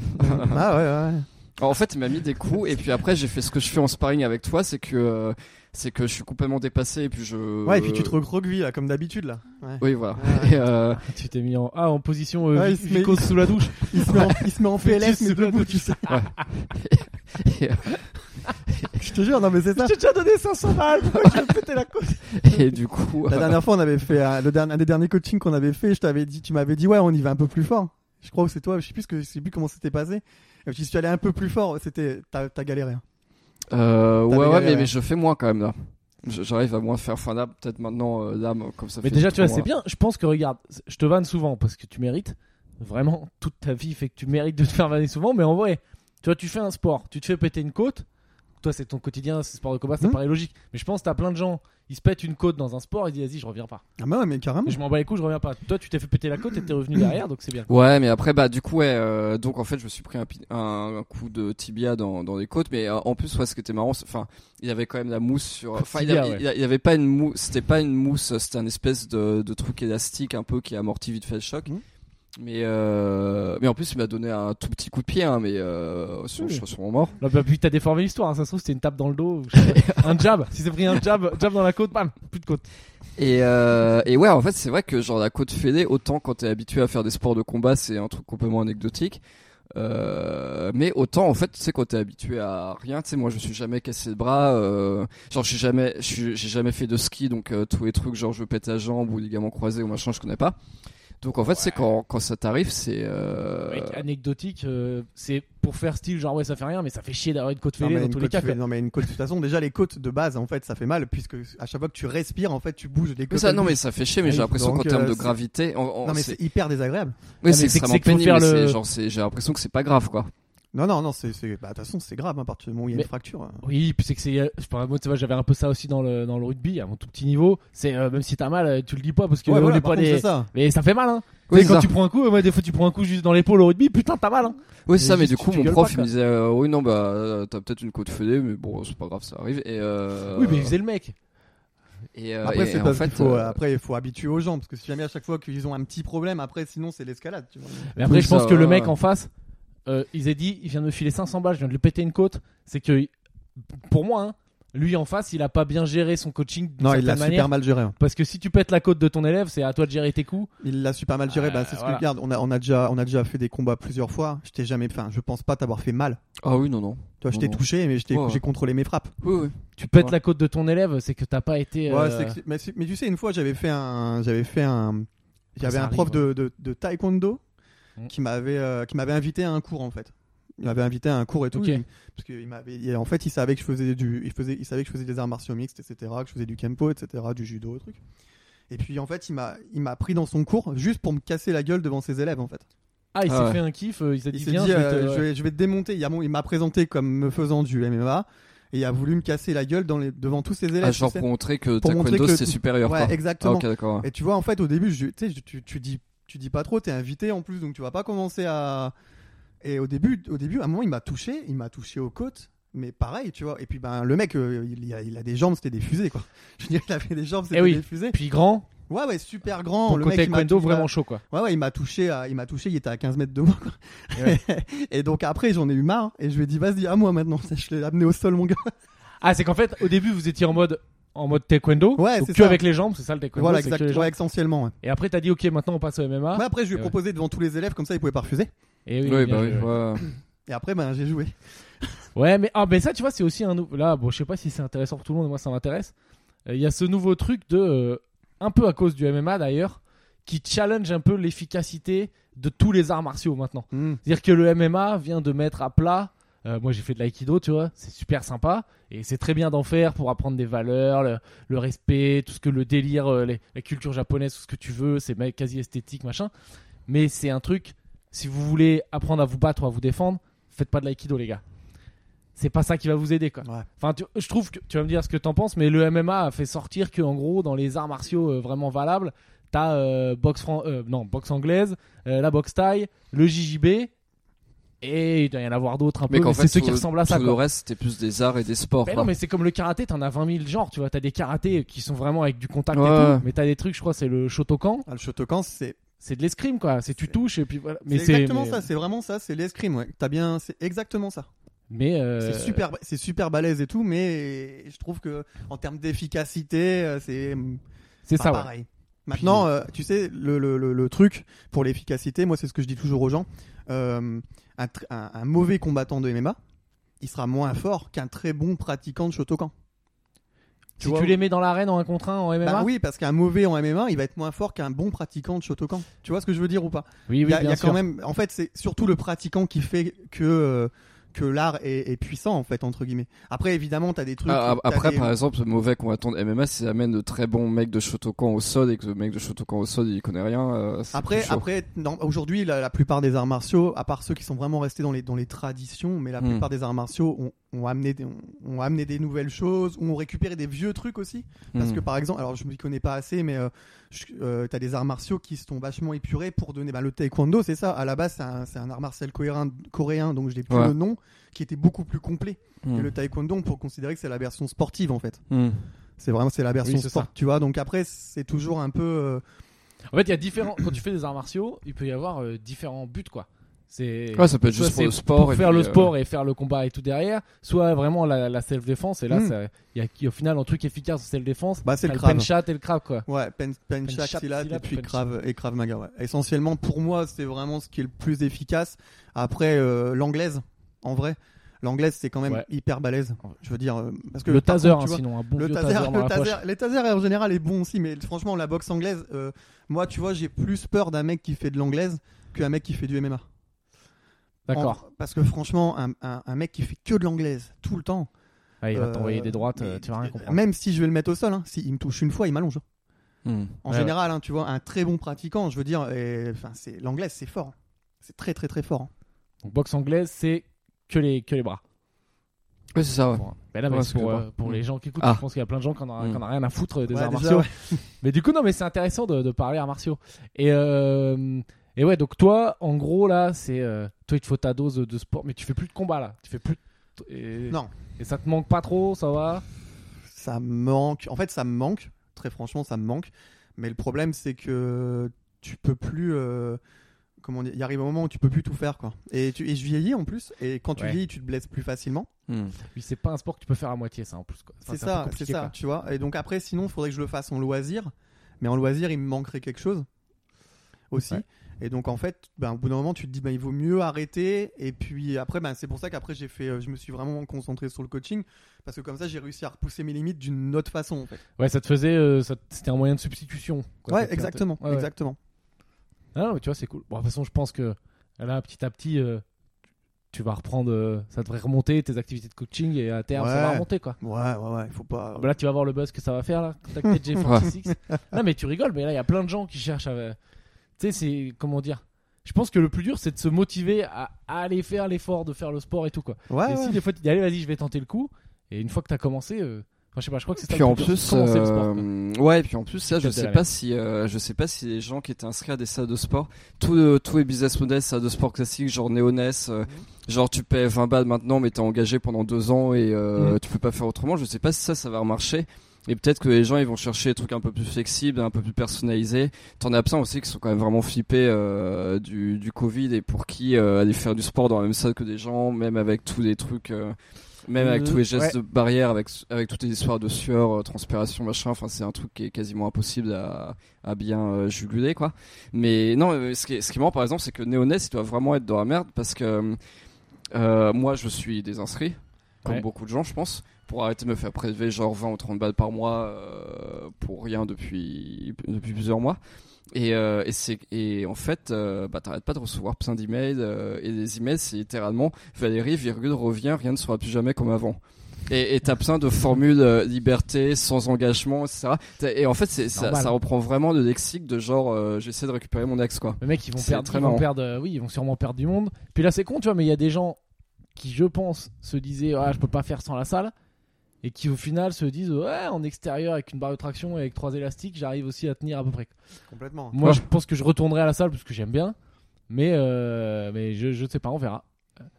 S3: Ah ouais, ouais.
S1: Alors, en fait il m'a mis des coups et puis après j'ai fait ce que je fais en sparring avec toi c'est que euh, c'est que je suis complètement dépassé et puis je
S3: Ouais, et puis tu te recroquevilles, là, comme d'habitude, là. Ouais.
S1: oui voilà
S3: Ouais.
S1: et euh,
S2: Tu t'es mis en, ah, en position euh,
S3: Ouais,
S2: vi-
S3: il se met-
S2: vicose sous la douche.
S3: Il, se met en, il se met en PLS,
S2: Fœtus
S3: mais
S2: sous la
S3: debout,
S2: douche.
S3: tu sais.
S1: et, euh,
S3: Je te jure, non, mais c'est ça.
S2: J'ai déjà donné 500 balles, pourquoi je vais péter la côte
S1: et du coup
S3: La
S1: euh,
S3: dernière fois, on avait fait euh, le dernier, un des derniers coachings qu'on avait fait. Je t'avais dit, tu m'avais dit, ouais, on y va un peu plus fort. Je crois que c'est toi. Je sais plus ce que, je sais plus comment c'était passé. Et je suis allé un peu plus fort. C'était, t'as t'as galéré. hein.
S1: euh, ouais
S3: T'avais
S1: ouais
S3: galéré.
S1: mais, mais je fais moins quand même là Je- j'arrive à moins faire enfin là peut-être maintenant euh, là comme ça
S2: Mais
S1: fait hein.
S2: déjà, tu vois,
S1: trois
S2: c'est bien. Je pense que, regarde, je te vanne souvent parce que tu mérites. Vraiment, toute ta vie fait que tu mérites de te faire vanner souvent. Mais en vrai, tu vois, tu fais un sport, tu te fais péter une côte. Toi, c'est ton quotidien, c'est sport de combat, ça
S3: Mhm.
S2: paraît logique. Mais je pense que t'as plein de gens, ils se pètent une côte dans un sport, ils disent vas-y, je reviens pas.
S3: Ah, bah ouais, mais carrément.
S2: Je m'en bats les couilles, je reviens pas. Toi, tu t'es fait péter la côte et t'es revenu derrière, donc c'est bien.
S1: Ouais, mais après, bah, du coup, ouais, euh, donc en fait, je me suis pris un, pi- un, un coup de tibia dans, dans les côtes, mais euh, en plus, ouais, ce qui était marrant, c'est- enfin, il y avait quand même la mousse sur, enfin, il, y
S2: Tibia,
S1: avait-
S2: ouais.
S1: il y a- il y avait pas une mousse, c'était pas une mousse, euh, c'était un espèce de, de truc élastique un peu qui amortit vite fait le choc.
S3: Mhm.
S1: Mais, euh, mais en plus, il m'a donné un tout petit coup de pied, hein, mais, euh, sur,
S2: Oui.
S1: sur, sur mon mort.
S2: Là, bah, puis t'as déformé l'histoire, hein. ça se trouve, c'était une tape dans le dos, ou je sais pas. un jab. Si c'est pris un jab, jab dans la côte, bam, plus de côte.
S1: Et, euh, et ouais, en fait, c'est vrai que genre la côte fêlée, autant quand t'es habitué à faire des sports de combat, c'est un truc complètement anecdotique. Euh, mais autant en fait, tu sais quand t'es habitué à rien, tu sais moi je suis jamais cassé le bras, euh, genre je suis jamais, je suis- j'ai jamais fait de ski donc euh, tous les trucs genre je pète la jambe ou ligament croisé ou machin je connais pas. Donc en fait c'est quand quand ça t'arrive c'est euh,
S2: Mec, anecdotique, euh, c'est pour faire style, genre ouais, ça fait rien, mais ça fait chier d'avoir une côte
S3: Non
S2: fêlée
S3: mais,
S2: dans
S3: une
S2: tous les
S3: côte,
S2: cas. quoi.
S3: non mais une côte de toute façon déjà les côtes de base en fait ça fait mal puisque à chaque fois que tu respires en fait tu bouges les
S1: mais
S3: côtes.
S1: ça
S3: elles
S1: non mais
S3: bougent.
S1: ça fait chier mais
S3: Ah
S1: j'ai
S3: oui,
S1: l'impression qu'en
S3: donc,
S1: termes
S3: euh,
S1: de
S3: c'est-
S1: gravité on- on-
S3: non mais
S1: c'est
S3: c'est hyper désagréable.
S1: oui,
S2: c'est
S1: c'est
S2: que
S1: extrêmement
S2: c'est qu'il faut
S1: pénible
S2: faire
S1: mais c'est
S2: le-
S1: genre c'est j'ai l'impression que c'est pas grave quoi.
S3: Non non non c'est c'est- bah, de toute façon c'est grave hein, à partir du moment où il y a
S2: Mais-
S3: une fracture. hein.
S2: Oui, puis c'est que c'est. euh, Je parle, moi, tu vois, j'avais un peu ça aussi dans le, dans le rugby, à mon tout petit niveau. C'est euh, même si t'as mal, euh, tu le dis pas parce que
S3: Ouais,
S2: on
S3: voilà,
S2: est
S3: par
S2: pas
S3: contre,
S2: des-
S3: c'est ça.
S2: Mais ça fait mal, hein.
S1: Oui,
S2: Tu sais,
S1: ça.
S2: quand tu prends un coup, euh, moi, des fois, tu prends un coup juste dans l'épaule au rugby, putain, t'as mal, hein.
S1: Oui, c'est
S2: Et
S1: ça, mais
S2: juste,
S1: du coup,
S2: tu
S1: mon
S2: gueules
S1: prof,
S2: pas,
S1: il
S2: quoi.
S1: me disait, euh, oui, non, bah, euh, t'as peut-être une côte fêlée, mais bon, c'est pas grave, ça arrive. Et, euh,
S2: Oui, mais faisait le mec.
S1: et, euh,
S3: Après
S1: et-
S3: c'est
S1: et en
S3: parce
S1: fait,
S3: qu'il faut
S1: euh,
S3: après il faut habituer aux gens parce que si jamais à chaque fois qu'ils ont un petit problème après sinon c'est l'escalade. tu vois.
S2: Mais après,
S1: Oui,
S2: je pense
S1: ça,
S2: que le
S1: ouais,
S2: mec
S1: ouais.
S2: en face, euh, il s'est dit, il vient de me filer 500 balles, je viens de lui péter une côte. C'est que, pour moi, hein, lui en face, il a pas bien géré son coaching d'une
S3: Non il
S2: certaine
S3: l'a
S2: manière.
S3: super mal géré. hein.
S2: Parce que si tu pètes la côte de ton élève, c'est à toi de gérer tes coups.
S3: Il l'a super mal géré.
S2: Euh,
S3: bah, c'est ce
S2: voilà.
S3: que regarde on a on a déjà on a déjà fait des combats plusieurs fois. Je t'ai jamais enfin je pense pas t'avoir fait mal.
S1: Ah oui, non, non.
S3: Toi je
S1: Non,
S3: t'ai
S1: non.
S3: touché mais je t'ai-
S1: Ouais, ouais.
S3: j'ai contrôlé mes frappes.
S1: Oui, oui.
S2: Tu pètes
S1: Ouais.
S2: la côte de ton élève, c'est que t'as pas été.
S3: Ouais,
S2: euh,
S3: c'est que c'est- mais, c'est- mais tu sais, une fois, j'avais fait un, j'avais fait un, j'avais
S2: Ça
S3: un
S2: arrive,
S3: prof de, de, de taekwondo
S2: Mm.
S3: qui m'avait, euh, qui m'avait invité à un cours en fait. Il m'avait invité à un cours et tout,
S2: Ok.
S3: il- parce qu'il m'avait, il- en fait, il savait que je faisais du, il faisait, il savait que je faisais des arts martiaux mixtes, etc., que je faisais du kempo, etc., du judo, truc. Et puis en fait, il m'a, il m'a pris dans son cours juste pour me casser la gueule devant ses élèves en fait.
S2: Ah, il
S1: Ah
S2: s'est
S1: ouais.
S2: fait un kiff, euh, il s'est
S3: Il
S2: dit,
S3: s'est
S2: viens,
S3: dit,
S2: je vais te-
S3: euh, je, vais, je vais te démonter. Il, y a mon- il m'a présenté comme me faisant du MMA. et a voulu me casser la gueule dans les, devant tous ses élèves.
S1: Ah,
S3: tu
S1: genre
S3: sais.
S1: pour montrer que
S3: Pour montrer
S1: Taekwondo
S3: que-
S1: c'est supérieur
S3: Ouais,
S1: quoi. Ah,
S3: exactement.
S1: ok, d'accord. ouais.
S3: Et tu vois, en fait, au début, je, tu sais, je- tu, tu dis, tu dis pas trop, t'es invité en plus, donc tu vas pas commencer à. Et au début, au début, à un moment, il m'a touché, il m'a touché aux côtes, mais pareil, tu vois. Et puis, ben, le mec, euh, il, il a, il a des jambes, c'était des fusées, quoi. Je veux dire, il avait des jambes, c'était
S2: Eh oui.
S3: des fusées.
S2: Puis grand,
S3: Ouais, ouais, super grand.
S2: pour
S3: Oh, le
S2: côté
S3: mec, il m'a
S2: Taekwondo,
S3: touché-
S2: vraiment chaud quoi.
S3: Ouais, ouais, il m'a touché, à- il m'a touché, il était à 15 mètres de moi. quoi.
S2: Ouais.
S3: et donc après, j'en ai eu marre, et je lui ai dit, vas-y, à moi maintenant. Je l'ai amené au sol, mon gars.
S2: Ah, c'est qu'en fait, au début, vous étiez en mode en mode Taekwondo,
S3: Ouais,
S2: donc
S3: c'est
S2: que
S3: ça.
S2: avec les jambes, c'est ça le Taekwondo.
S3: voilà,
S2: c'est que les
S3: exactement,
S2: jambes.
S3: ouais, essentiellement. ouais.
S2: Et après, t'as dit ok, maintenant on passe au MMA.
S3: Mais après, je
S2: Et
S3: lui ai
S2: ouais.
S3: proposé devant tous les élèves, comme ça, ils pouvaient pas refuser.
S2: Et
S1: Oui,
S2: Eh oui, bien
S1: bah oui.
S2: joué, ouais.
S1: ouais.
S3: Et après, ben, j'ai joué.
S2: Ouais, mais ah, mais ça, tu vois, c'est aussi un nou- là. Bon, je sais pas si c'est intéressant pour tout le monde, mais moi ça m'intéresse. Euh, Il y a ce nouveau truc de euh, un peu à cause du MMA d'ailleurs, qui challenge un peu l'efficacité de tous les arts martiaux maintenant.
S3: Hmm.
S2: C'est-à-dire que le MMA vient de mettre à plat. euh, moi, j'ai fait de l'aïkido, tu vois, c'est super sympa et c'est très bien d'en faire pour apprendre des valeurs, le, le respect, tout ce que le délire, euh, les- la culture japonaise, tout ce que tu veux, c'est ma- quasi esthétique, machin. Mais c'est un truc, si vous voulez apprendre à vous battre ou à vous défendre, faites pas de l'aïkido, les gars. C'est pas ça qui va vous aider, quoi.
S3: Ouais.
S2: Enfin, tu- je trouve que tu vas me dire ce que t'en penses, mais le MMA a fait sortir que, en gros, dans les arts martiaux euh, vraiment valables, t'as euh, boxe, fran- euh, non, boxe anglaise, euh, la boxe thaï, le JJB, et il doit y en avoir d'autres un peu,
S1: Mais qu'en
S2: mais
S1: fait,
S2: c'est ceux
S1: tout-
S2: qui ressemblent à ça.
S1: Tout
S2: quoi.
S1: le reste, c'était plus des arts et des sports.
S2: Mais
S1: quoi.
S2: non, mais c'est comme le karaté, t'en as 20 000 genres, tu vois. T'as des karatés euh, qui sont vraiment avec du contact
S1: Ouais,
S2: et
S1: ouais.
S2: tout. Mais t'as des trucs, je crois, c'est le Shotokan,
S3: Ah, le Shotokan, c'est
S2: c'est de l'escrime, quoi. C'est tu
S3: C'est-
S2: touches et puis voilà. Mais
S3: c'est
S2: c'est.
S3: exactement
S2: mais-
S3: ça, c'est vraiment ça, c'est l'escrime, ouais. T'as bien, c'est exactement ça.
S2: Mais. euh,
S3: C'est super, c'est super balèze et tout, mais je trouve que en termes d'efficacité, euh, c'est
S2: C'est
S3: pas
S2: ça, ouais.
S3: pareil. Maintenant, euh, tu sais, le, le- le- le truc pour l'efficacité, moi c'est ce que je dis toujours aux gens, euh, un, tr- un- un mauvais combattant de MMA, il sera moins fort qu'un très bon pratiquant de Shotokan.
S2: Si
S3: vois-
S2: tu les mets dans l'arène en un contre un en MMA.
S3: Bah oui, parce qu'un mauvais en MMA, il va être moins fort qu'un bon pratiquant de Shotokan. Tu vois ce que je veux dire ou pas
S2: oui,
S3: Il y a,
S2: oui,
S3: il y
S2: bien
S3: a quand
S2: sûr.
S3: même, en fait, c'est surtout le pratiquant qui fait que euh, que l'art est, est puissant en fait entre guillemets. Après, évidemment, t'as des trucs.
S1: Ah, ap-
S3: t'as
S1: après,
S3: des-
S1: par exemple, le mauvais qu'on attend de MMA, s'il amène de très bons mecs de Shotokan au sol et que le mec de Shotokan au sol il connaît rien, euh, c'est
S3: après,
S1: plus chaud.
S3: après, non, aujourd'hui, la, la plupart des arts martiaux, à part ceux qui sont vraiment restés dans les dans les traditions, mais la
S1: Hmm.
S3: plupart des arts martiaux ont, ont amené des, ont, ont amené des nouvelles choses, ont récupéré des vieux trucs aussi. Parce
S1: Hmm.
S3: que par exemple, alors je m'y connais pas assez, mais euh, je- euh, t'as des arts martiaux qui sont vachement épurés pour donner bah, le taekwondo, c'est ça. À la base, c'est un, c'est un art martial coréen, coréen, donc je n'ai plus
S1: Ouais.
S3: le nom, qui était beaucoup plus complet.
S1: Hmm.
S3: Et le taekwondo, on peut considérer que c'est la version sportive en fait.
S1: Hmm.
S3: C'est vraiment c'est la version
S2: Oui, c'est
S3: sportive, tu vois. Donc après, c'est toujours un peu. euh,
S2: En fait, il y a différents. Quand tu fais des arts martiaux, il peut y avoir euh, différents buts, quoi. C'est.
S1: Ouais, ça peut être
S2: Soit
S1: juste pour le
S2: c'est
S1: sport.
S2: pour
S1: et
S2: faire
S1: puis,
S2: le
S1: euh,
S2: sport et faire le combat et tout derrière, soit vraiment la, la self-défense. Et là,
S1: Hmm.
S3: Mm.
S2: ça- il y a qui- au final un truc efficace en self-défense.
S3: Bah, c'est le
S2: T'as
S3: crab.
S2: penchat et le crab, quoi.
S3: Ouais, pen, pen,
S2: Penchak,
S3: shak, silat,
S2: silat,
S3: et puis
S2: penchak.
S3: crave et crave maga. ouais. Essentiellement, pour moi, c'est vraiment ce qui est le plus efficace. Après, euh, l'anglaise, en vrai, l'anglaise, c'est quand même
S2: Ouais.
S3: hyper balèze. Je veux dire, euh, parce que
S2: le
S3: par
S2: taser,
S3: contre, tu
S2: hein,
S3: vois,
S2: sinon, un bon
S3: le
S2: vieux
S3: taser,
S2: taser, dans
S3: le
S2: la poche.
S3: taser, les tasers en général est bon aussi, mais franchement la boxe anglaise, euh, moi tu vois j'ai plus peur d'un mec qui fait de l'anglaise qu'un mec qui fait du MMA.
S2: D'accord.
S3: En- Parce que franchement un, un- un mec qui fait que de l'anglaise tout le temps,
S2: Ah, il va
S3: euh,
S2: t'envoyer des droites,
S3: mais-
S2: euh, tu vas rien comprendre.
S3: même si je vais le mettre au sol, hein, s'il me touche une fois il m'allonge. hein.
S1: hmm.
S3: En
S2: Ouais,
S3: général hein, tu vois un très bon pratiquant, je veux dire, et, enfin c'est l'anglaise c'est fort, hein. c'est très très très fort. hein.
S2: Donc, boxe anglaise, c'est que les, que les bras.
S1: Ouais, c'est ça, ouais.
S2: Bon, ben là,
S1: Ouais,
S2: mais
S1: c'est
S2: c'est
S1: que
S2: pour,
S1: les
S2: euh,
S1: bras.
S2: pour les gens qui écoutent,
S1: Ah.
S2: je pense qu'il y a plein de gens qui en a,
S1: Mm.
S2: qui en a rien à foutre euh, des
S3: Mm. Ouais,
S2: arts
S3: déjà,
S2: martiaux.
S3: ouais.
S2: Mais du coup, non, mais c'est intéressant de, de parler arts martiaux. Et, euh, et ouais, donc toi, en gros, là, c'est. euh, toi, il te faut ta dose de sport, mais tu fais plus de combat, là. Tu fais plus. de- Et,
S3: Non.
S2: Et ça te manque pas trop, ça va
S3: Ça me manque, en fait ça me manque, très franchement ça me manque, mais le problème c'est que tu peux plus... euh, Comment dire, il arrive un moment où tu peux plus tout faire quoi. Et, tu, et je vieillis en plus, et quand tu
S2: Ouais.
S3: vieillis, tu te blesses plus facilement.
S1: Hmm.
S2: Puis c'est pas un sport que tu peux faire à moitié, ça, en plus. quoi. Enfin,
S3: C'est
S2: un peu
S3: ça, c'est
S2: compliqué,
S3: ça,
S2: quoi.
S3: tu vois. Et donc après, sinon, il faudrait que je le fasse en loisir. Mais en loisir, il me manquerait quelque chose aussi.
S2: Ouais.
S3: Et donc en fait, ben, au bout d'un moment, tu te dis, ben, il vaut mieux arrêter. Et puis après, ben, c'est pour ça qu'après, j'ai fait, euh, je me suis vraiment concentré sur le coaching. Parce que comme ça, j'ai réussi à repousser mes limites d'une autre façon. en fait.
S2: Ouais, ça te faisait. euh, ça- C'était un moyen de substitution. quoi. Ça
S3: Ouais,
S2: te-
S3: exactement.
S2: Ouais, ouais.
S3: exactement.
S2: Ah non, mais tu vois, c'est cool. Bon, de toute façon, je pense que là, petit à petit, euh, tu vas reprendre. euh, ça devrait remonter tes activités de coaching et à terme, ça va
S3: Ouais.
S2: remonter quoi.
S3: Ouais, ouais, ouais, il faut pas.
S2: Bon, Là, tu vas voir le buzz que ça va faire là. Contacter J46. non, mais tu rigoles, mais là, il y a plein de gens qui cherchent à. euh, Tu sais, c'est. Comment dire Je pense que le plus dur, c'est de se motiver à, à aller faire l'effort de faire le sport et tout quoi.
S3: Ouais,
S2: et
S3: ouais.
S1: Ah
S2: si des fois, tu dis, allez, vas-y, je vais tenter le coup. Et une fois que t'as commencé, euh, enfin, je sais pas, je crois que c'est ça.
S1: Puis
S2: le
S1: en
S2: dur,
S1: plus,
S2: c'est de commencer le sport, quoi.
S1: euh, ouais, puis en plus ça, je
S2: Peut-être
S1: sais
S2: derrière.
S1: pas si, euh, je sais pas si les gens qui étaient inscrits à des salles de sport, tous euh, tous les business models salles de sport classiques, genre néoness, euh,
S3: Mhm.
S1: genre tu paies 20 balles maintenant, mais t'es engagé pendant deux ans et euh,
S2: Mhm.
S1: tu peux pas faire autrement. Je sais pas si ça, ça va remarcher. Et peut-être que les gens ils vont chercher des trucs un peu plus flexibles, un peu plus personnalisés. T'en as plein aussi qui sont quand même vraiment flippés euh, du, du Covid et pour qui euh, aller faire du sport dans la même salle que des gens, même avec tous les trucs, euh, même avec
S2: Euh,
S1: tous les gestes barrières, avec, avec toutes les histoires de sueur, euh, transpiration, machin. Enfin, c'est un truc qui est quasiment impossible à, à bien euh, juguler, quoi. Mais non, euh, ce qui est, ce qui est marrant par exemple, c'est que Néonès, il doit vraiment être dans la merde parce que euh, moi je suis désinscrit, comme
S2: Ouais.
S1: beaucoup de gens, je pense. Pour arrêter de me faire prélever genre 20 ou 30 balles par mois euh, pour rien depuis, depuis plusieurs mois. Et, euh, et, c'est, et en fait, euh, bah, t'arrêtes pas de recevoir plein d'emails. euh, et les emails, c'est littéralement Valérie, virgule, revient, rien ne sera plus jamais comme avant. Et et t'as plein de formules euh, liberté, sans engagement, etc. T'as- Et en fait, c'est, ça,
S2: Normal.
S1: ça reprend vraiment le lexique de genre euh, j'essaie de récupérer mon ex, quoi.
S2: Mais mec, ils vont
S1: C'est
S2: perdre,
S1: très
S2: ils vont
S1: marrant.
S2: perdre, euh, oui, ils vont sûrement perdre du monde. Puis là, c'est con, tu vois, mais il y a des gens qui, je pense, se disaient, ah, je peux pas faire sans la salle, et qui au final se disent, ouais, en extérieur avec une barre de traction et avec trois élastiques, j'arrive aussi à tenir à peu près.
S3: Complètement.
S2: Moi,
S1: Ouais.
S2: je pense que je retournerai à la salle parce que j'aime bien, mais euh, mais je, je sais pas, on verra.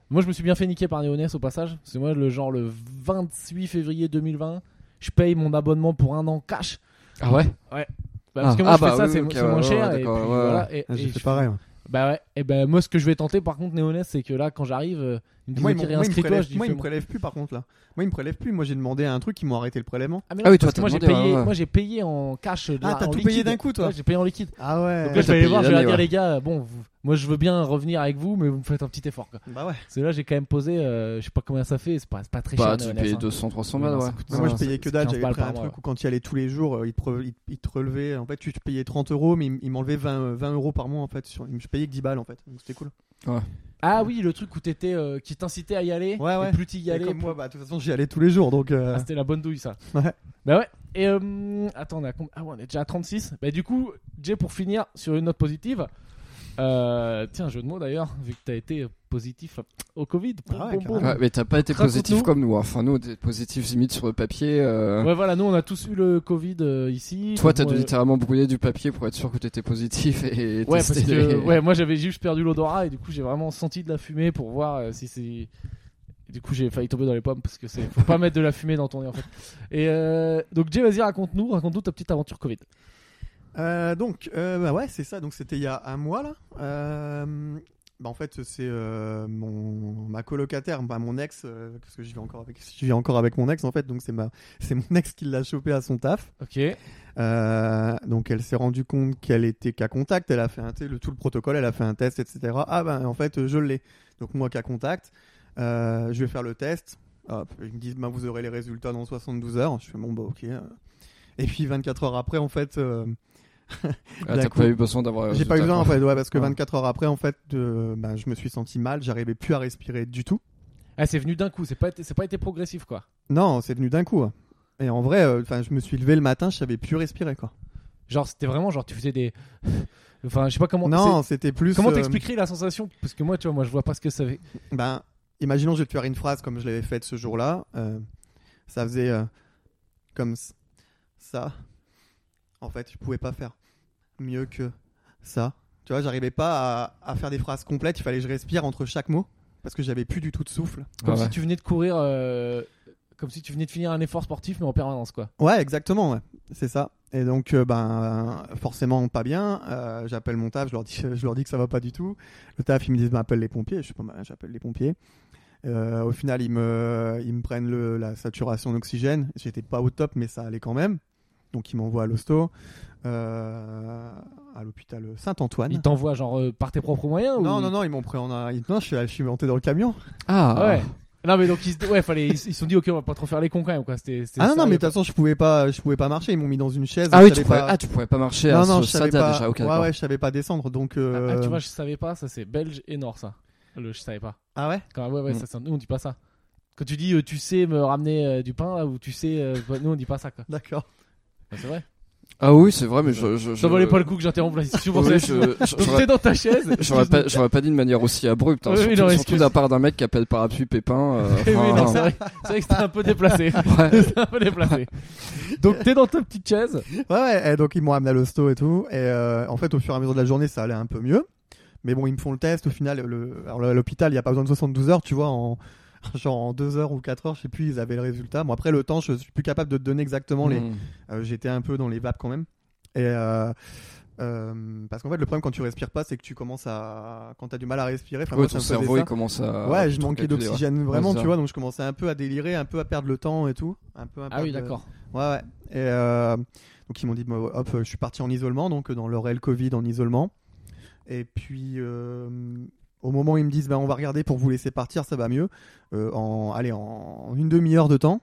S2: Moi, je me suis bien fait niquer par Néonès au passage. C'est moi le genre le 28 février 2020, je paye mon abonnement pour un an cash.
S1: Ah ouais
S2: Bah, parce
S1: Ah.
S2: que moi,
S1: Ah
S2: je fais
S1: bah
S2: ça,
S1: oui,
S2: c'est
S1: ok,
S2: c'est
S1: ouais,
S2: moins
S1: ouais,
S2: cher. et puis,
S1: d'accord, ouais, ouais.
S2: voilà, et-
S3: Ah,
S2: et
S3: J'ai
S2: je
S3: fait
S2: fais-
S3: pareil. ouais.
S2: bah ouais, et ben moi ce que je vais tenter par contre Néonès c'est que là quand j'arrive, euh, il me dit
S3: Moi, ils
S2: ok,
S3: m'ont- moi, ils me
S2: réinscris-toi, je
S3: prélèvent-
S2: dis
S3: moi, ils me
S2: fais-moi.
S3: prélèvent plus par contre là. Moi, ils me prélèvent plus. Moi, j'ai demandé un truc, ils m'ont arrêté le prélèvement.
S2: Ah, mais
S1: Ah oui, toi,
S2: parce que
S1: t'as
S2: moi j'ai
S1: demandé,
S2: payé,
S1: ouais, ouais.
S2: moi j'ai payé en cash euh, de
S3: Ah,
S2: la-
S3: t'as
S2: en
S3: tout payé
S2: liquide.
S3: d'un coup, toi.
S2: Ouais, j'ai payé en liquide.
S3: Ah
S2: Donc
S3: ouais.
S1: t'as
S2: là je vais aller
S1: payé
S2: voir, je vais
S1: l'année,
S2: leur dire
S1: ouais.
S2: les gars, bon vous- moi je veux bien revenir avec vous mais vous me faites un petit effort quoi.
S3: Bah ouais.
S2: Parce que là j'ai quand même posé euh, je sais pas combien ça fait, c'est pas, c'est pas très
S1: Bah,
S2: cher.
S1: tu
S2: Néonès,
S1: payes
S2: hein.
S1: 200, 300
S2: Ouais,
S1: balles,
S2: non,
S1: ouais.
S2: ça coûte
S3: Mais
S2: Ouais,
S3: moi, je payais que dalle.
S2: 15
S3: J'avais
S2: balles
S3: pris un
S2: par mois,
S3: truc où quand tu y allais tous les jours, euh, ils te, pre- ils- ils te relevaient. En fait, tu te payais 30 euros, mais ils ils m'enlevaient 20, 20 euh, euros par mois en fait. Sur... Je payais que 10 balles en fait. Donc c'était cool.
S2: Ah oui, le truc où t'étais euh, qui t'incitait à y aller,
S3: Ouais,
S2: et
S3: ouais.
S2: plus t'y
S3: Et
S2: allais,
S3: comme moi, bah, de toute façon, j'y allais tous les jours. Donc. euh,
S2: Ah, c'était la bonne douille, ça.
S3: Ouais.
S2: Bah ouais. Et euh, attends, on est, à com- ah ouais, on est déjà à 36. Bah du coup, Jay, pour finir sur une note positive, euh, tiens, jeu de mots d'ailleurs, vu que t'as été positif au Covid. Boum,
S3: Ah ouais,
S2: boum, boum.
S1: Ouais, mais t'as pas été
S2: Raconte-nous.
S1: positif comme nous. hein. Enfin, nous, on était positifs limite sur le papier. euh,
S2: Ouais, voilà, nous on a tous eu le Covid euh, ici.
S1: Toi,
S2: Donc,
S1: t'as
S2: bon,
S1: dû
S2: euh,
S1: littéralement brouiller du papier pour être sûr que t'étais positif et
S2: Ouais, parce
S1: tester
S2: que
S1: les-
S2: ouais, moi j'avais juste perdu l'odorat et du coup j'ai vraiment senti de la fumée pour voir euh, si c'est. Du coup j'ai failli tomber dans les pommes parce que c'est faut pas mettre de la fumée dans ton nez en fait. Et euh, donc Jay, vas-y raconte-nous, raconte-nous ta petite aventure Covid.
S3: Euh, donc, euh, bah ouais, c'est ça. Donc, c'était il y a un mois là. Euh, bah, en fait, c'est euh, mon ma colocataire, bah, mon ex, euh, parce que je vis encore avec, je vis encore avec mon ex en fait. Donc, c'est ma, c'est mon ex qui l'a chopé à son taf.
S2: Ok.
S3: Euh, donc, elle s'est rendue compte qu'elle était qu'à contact. Elle a fait un, tu sais, le tout le protocole. Elle a fait un test, etc. Ah ben, en fait, je l'ai. Donc, moi qu'à contact, euh, je vais faire le test. Hop, ils me disent, bah, vous aurez les résultats dans 72 heures. Je fais bon, bah ok. Et puis 24 heures après, en fait. euh,
S2: bah,
S1: Ah, t'as
S3: d'un coup.
S1: pas eu besoin
S2: Euh,
S1: d'avoir.
S3: J'ai pas eu besoin en fait, ouais, parce que
S1: Ouais.
S3: 24 heures après, en fait, de- ben, je me suis senti mal, j'arrivais plus à respirer du tout.
S2: Ah, c'est venu d'un coup, c'est pas, été- c'est pas été progressif quoi.
S3: Non, c'est venu d'un coup. hein. Et en vrai, euh, enfin, je me suis levé le matin, je savais plus respirer quoi.
S2: Genre, c'était vraiment genre, tu faisais des. enfin, je sais pas comment.
S3: non, c'était
S2: c'est-
S3: plus.
S2: Comment
S3: euh,
S2: t'expliquerais la sensation Parce que moi, tu vois, moi, je vois pas ce que ça fait.
S3: Ben, imaginons, je vais te faire une phrase comme je l'avais faite ce jour-là. euh, ça faisait euh, comme s- ça. En fait, je pouvais pas faire mieux que ça. Tu vois, j'arrivais pas à, à faire des phrases complètes. Il fallait que je respire entre chaque mot parce que j'avais plus du tout de souffle.
S2: Comme
S1: Ah ouais.
S2: si tu venais de courir. euh, Comme si tu venais de finir un effort sportif, mais en permanence, quoi.
S3: Ouais, exactement, ouais. c'est ça. Et donc, euh, ben, euh, forcément, pas bien. Euh, j'appelle mon taf, je leur, dis, je leur dis que ça va pas du tout. Le taf, ils me disent, ben, appelle les pompiers. Je suis pas mal, j'appelle les pompiers. Euh, au final, ils me, ils me prennent le, la saturation d'oxygène. J'étais pas au top, mais ça allait quand même. Donc, ils m'envoient à l'hosto, euh, à l'hôpital
S2: Ils
S3: Saint-Antoine.
S2: t'envoient, genre, euh, par tes propres moyens
S3: Ah, Non,
S2: ou...
S3: non, non, ils m'ont pris en. un- Non, je suis, je suis monté dans le camion.
S1: Ah,
S2: Ah ouais. Non, mais donc, ils se ouais, fallait, ils ils se sont dit, ok, on va pas trop faire les cons quand même, quoi. C'était, c'était
S3: Ah non, non,
S2: sérieux,
S3: mais de
S2: quoi.
S3: toute façon, je pouvais pas, je pouvais pas marcher. Ils m'ont mis dans une chaise.
S1: Ah
S3: je
S1: oui, tu
S3: savais
S1: pouvais,
S3: pas-
S1: ah, tu pouvais pas marcher à
S3: Non,
S1: ce
S3: non, je savais
S1: stade-là
S3: pas.
S1: déjà. Ok,
S3: ouais,
S1: d'accord.
S3: ouais, je savais pas descendre. Donc,
S2: Ah,
S3: euh...
S2: ah, tu vois, je savais pas, ça c'est belge et nord, ça. Le, je savais pas.
S3: Ah ouais
S2: Quand, ouais, ouais,
S1: Mm.
S2: ça, c'est- nous, on dit pas ça. Quand tu dis, euh, tu sais me ramener euh, du pain, là, ou tu sais. euh, nous, on bah, dit pas ça, quoi.
S3: D'accord.
S2: Bah, c'est vrai.
S1: Ah oui, c'est vrai, mais je. je,
S2: Ça
S1: je-
S2: valait pas le coup que j'interrompe la discussion pour
S1: Oui,
S2: ça.
S1: je- je-
S2: Donc,
S1: j'aurais-
S2: t'es dans ta chaise.
S1: J'aurais pas, j'aurais pas dit de manière aussi abrupte, hein,
S2: Oui, oui,
S1: surtout,
S2: non,
S1: surtout
S2: excuse.
S1: de la part d'un mec qui appelle parapluie Pépin. euh,
S2: Eh oui, non,
S1: enfin,
S2: c'est vrai, c'est vrai que c'était un peu déplacé.
S1: ouais.
S2: C'était un peu déplacé. Donc t'es dans ta petite chaise.
S3: Ouais, ouais, et donc ils m'ont amené à l'hosto et tout. Et euh, en fait, au fur et à mesure de la journée, ça allait un peu mieux. Mais bon, ils me font le test. Au final, le, alors, le- l'hôpital, il n'y a pas besoin de 72 heures, tu vois. En, genre en 2 heures ou 4 heures, je sais plus, ils avaient le résultat. Bon, après, le temps, je suis plus capable de te donner exactement les.
S1: Mm.
S3: euh, J'étais un peu dans les vapes quand même. Et. euh, euh, parce qu'en fait, le problème quand tu respires pas, c'est que tu commences à. Quand t'as du mal à respirer, enfin,
S1: Ouais,
S3: moi,
S1: ton
S3: ça me faisait
S1: cerveau
S3: ça.
S1: il commence à.
S3: Ouais,
S1: à
S3: je
S1: tout
S3: manquais
S1: calculer, ouais.
S3: d'oxygène
S1: Ouais,
S3: vraiment,
S1: c'est
S3: tu
S1: ça.
S3: vois, donc je commençais un peu à délirer, un peu à perdre le temps et tout. Un peu, à
S2: Ah oui,
S3: perdre-
S2: d'accord.
S3: Ouais, ouais. Et euh, donc ils m'ont dit, bah, hop, je suis parti en isolement, donc euh, dans leur aile Covid en isolement. Et puis euh, au moment où ils me disent, bah, on va regarder pour vous laisser partir, ça va mieux. Euh, en, allez, en une demi-heure de temps,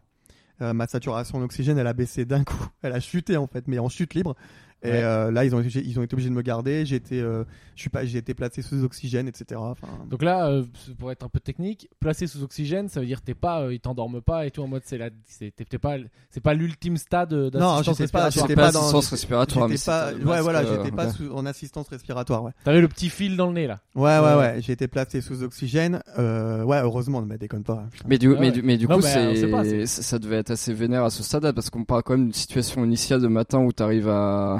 S3: euh, ma saturation en oxygène, elle a baissé d'un coup. Elle a chuté en fait, mais en chute libre. Et
S2: Ouais.
S3: euh, là, ils ont, été- ils ont été obligés de me garder. J'étais, euh, je suis pas, j'ai été placé sous oxygène, etc. Enfin,
S2: Donc là, euh, pour être un peu technique, placé sous oxygène, ça veut dire t'es pas, euh, ils t'endorment pas et tout en mode c'est la, c'est t'es- t'es pas, c'est pas l'ultime stade euh, d'assistance
S3: j'étais pas-
S2: respiratoire.
S1: J'étais
S3: j'étais
S1: pas
S3: pas dans-
S1: assistance
S3: j'étais-
S1: respiratoire, Ah, mais
S3: j'étais pas,
S1: c'était le
S3: ouais,
S1: masque,
S3: voilà,
S1: euh,
S3: j'étais pas
S1: ouais.
S3: sous- en assistance respiratoire, ouais.
S2: T'avais le petit fil dans le nez là.
S3: Ouais,
S2: Ouais.
S3: ouais, ouais. J'ai été placé sous oxygène. Euh, ouais, heureusement, ne me déconne pas. hein, putain.
S1: Mais du,
S2: Ouais, ouais.
S1: mais du, mais du
S2: Non,
S1: coup,
S2: mais
S3: euh,
S2: on sait pas, c'est-
S1: c'est, ça ça devait être assez vénère à ce stade-là parce qu'on parle quand même d'une situation initiale de matin où t'arrives à,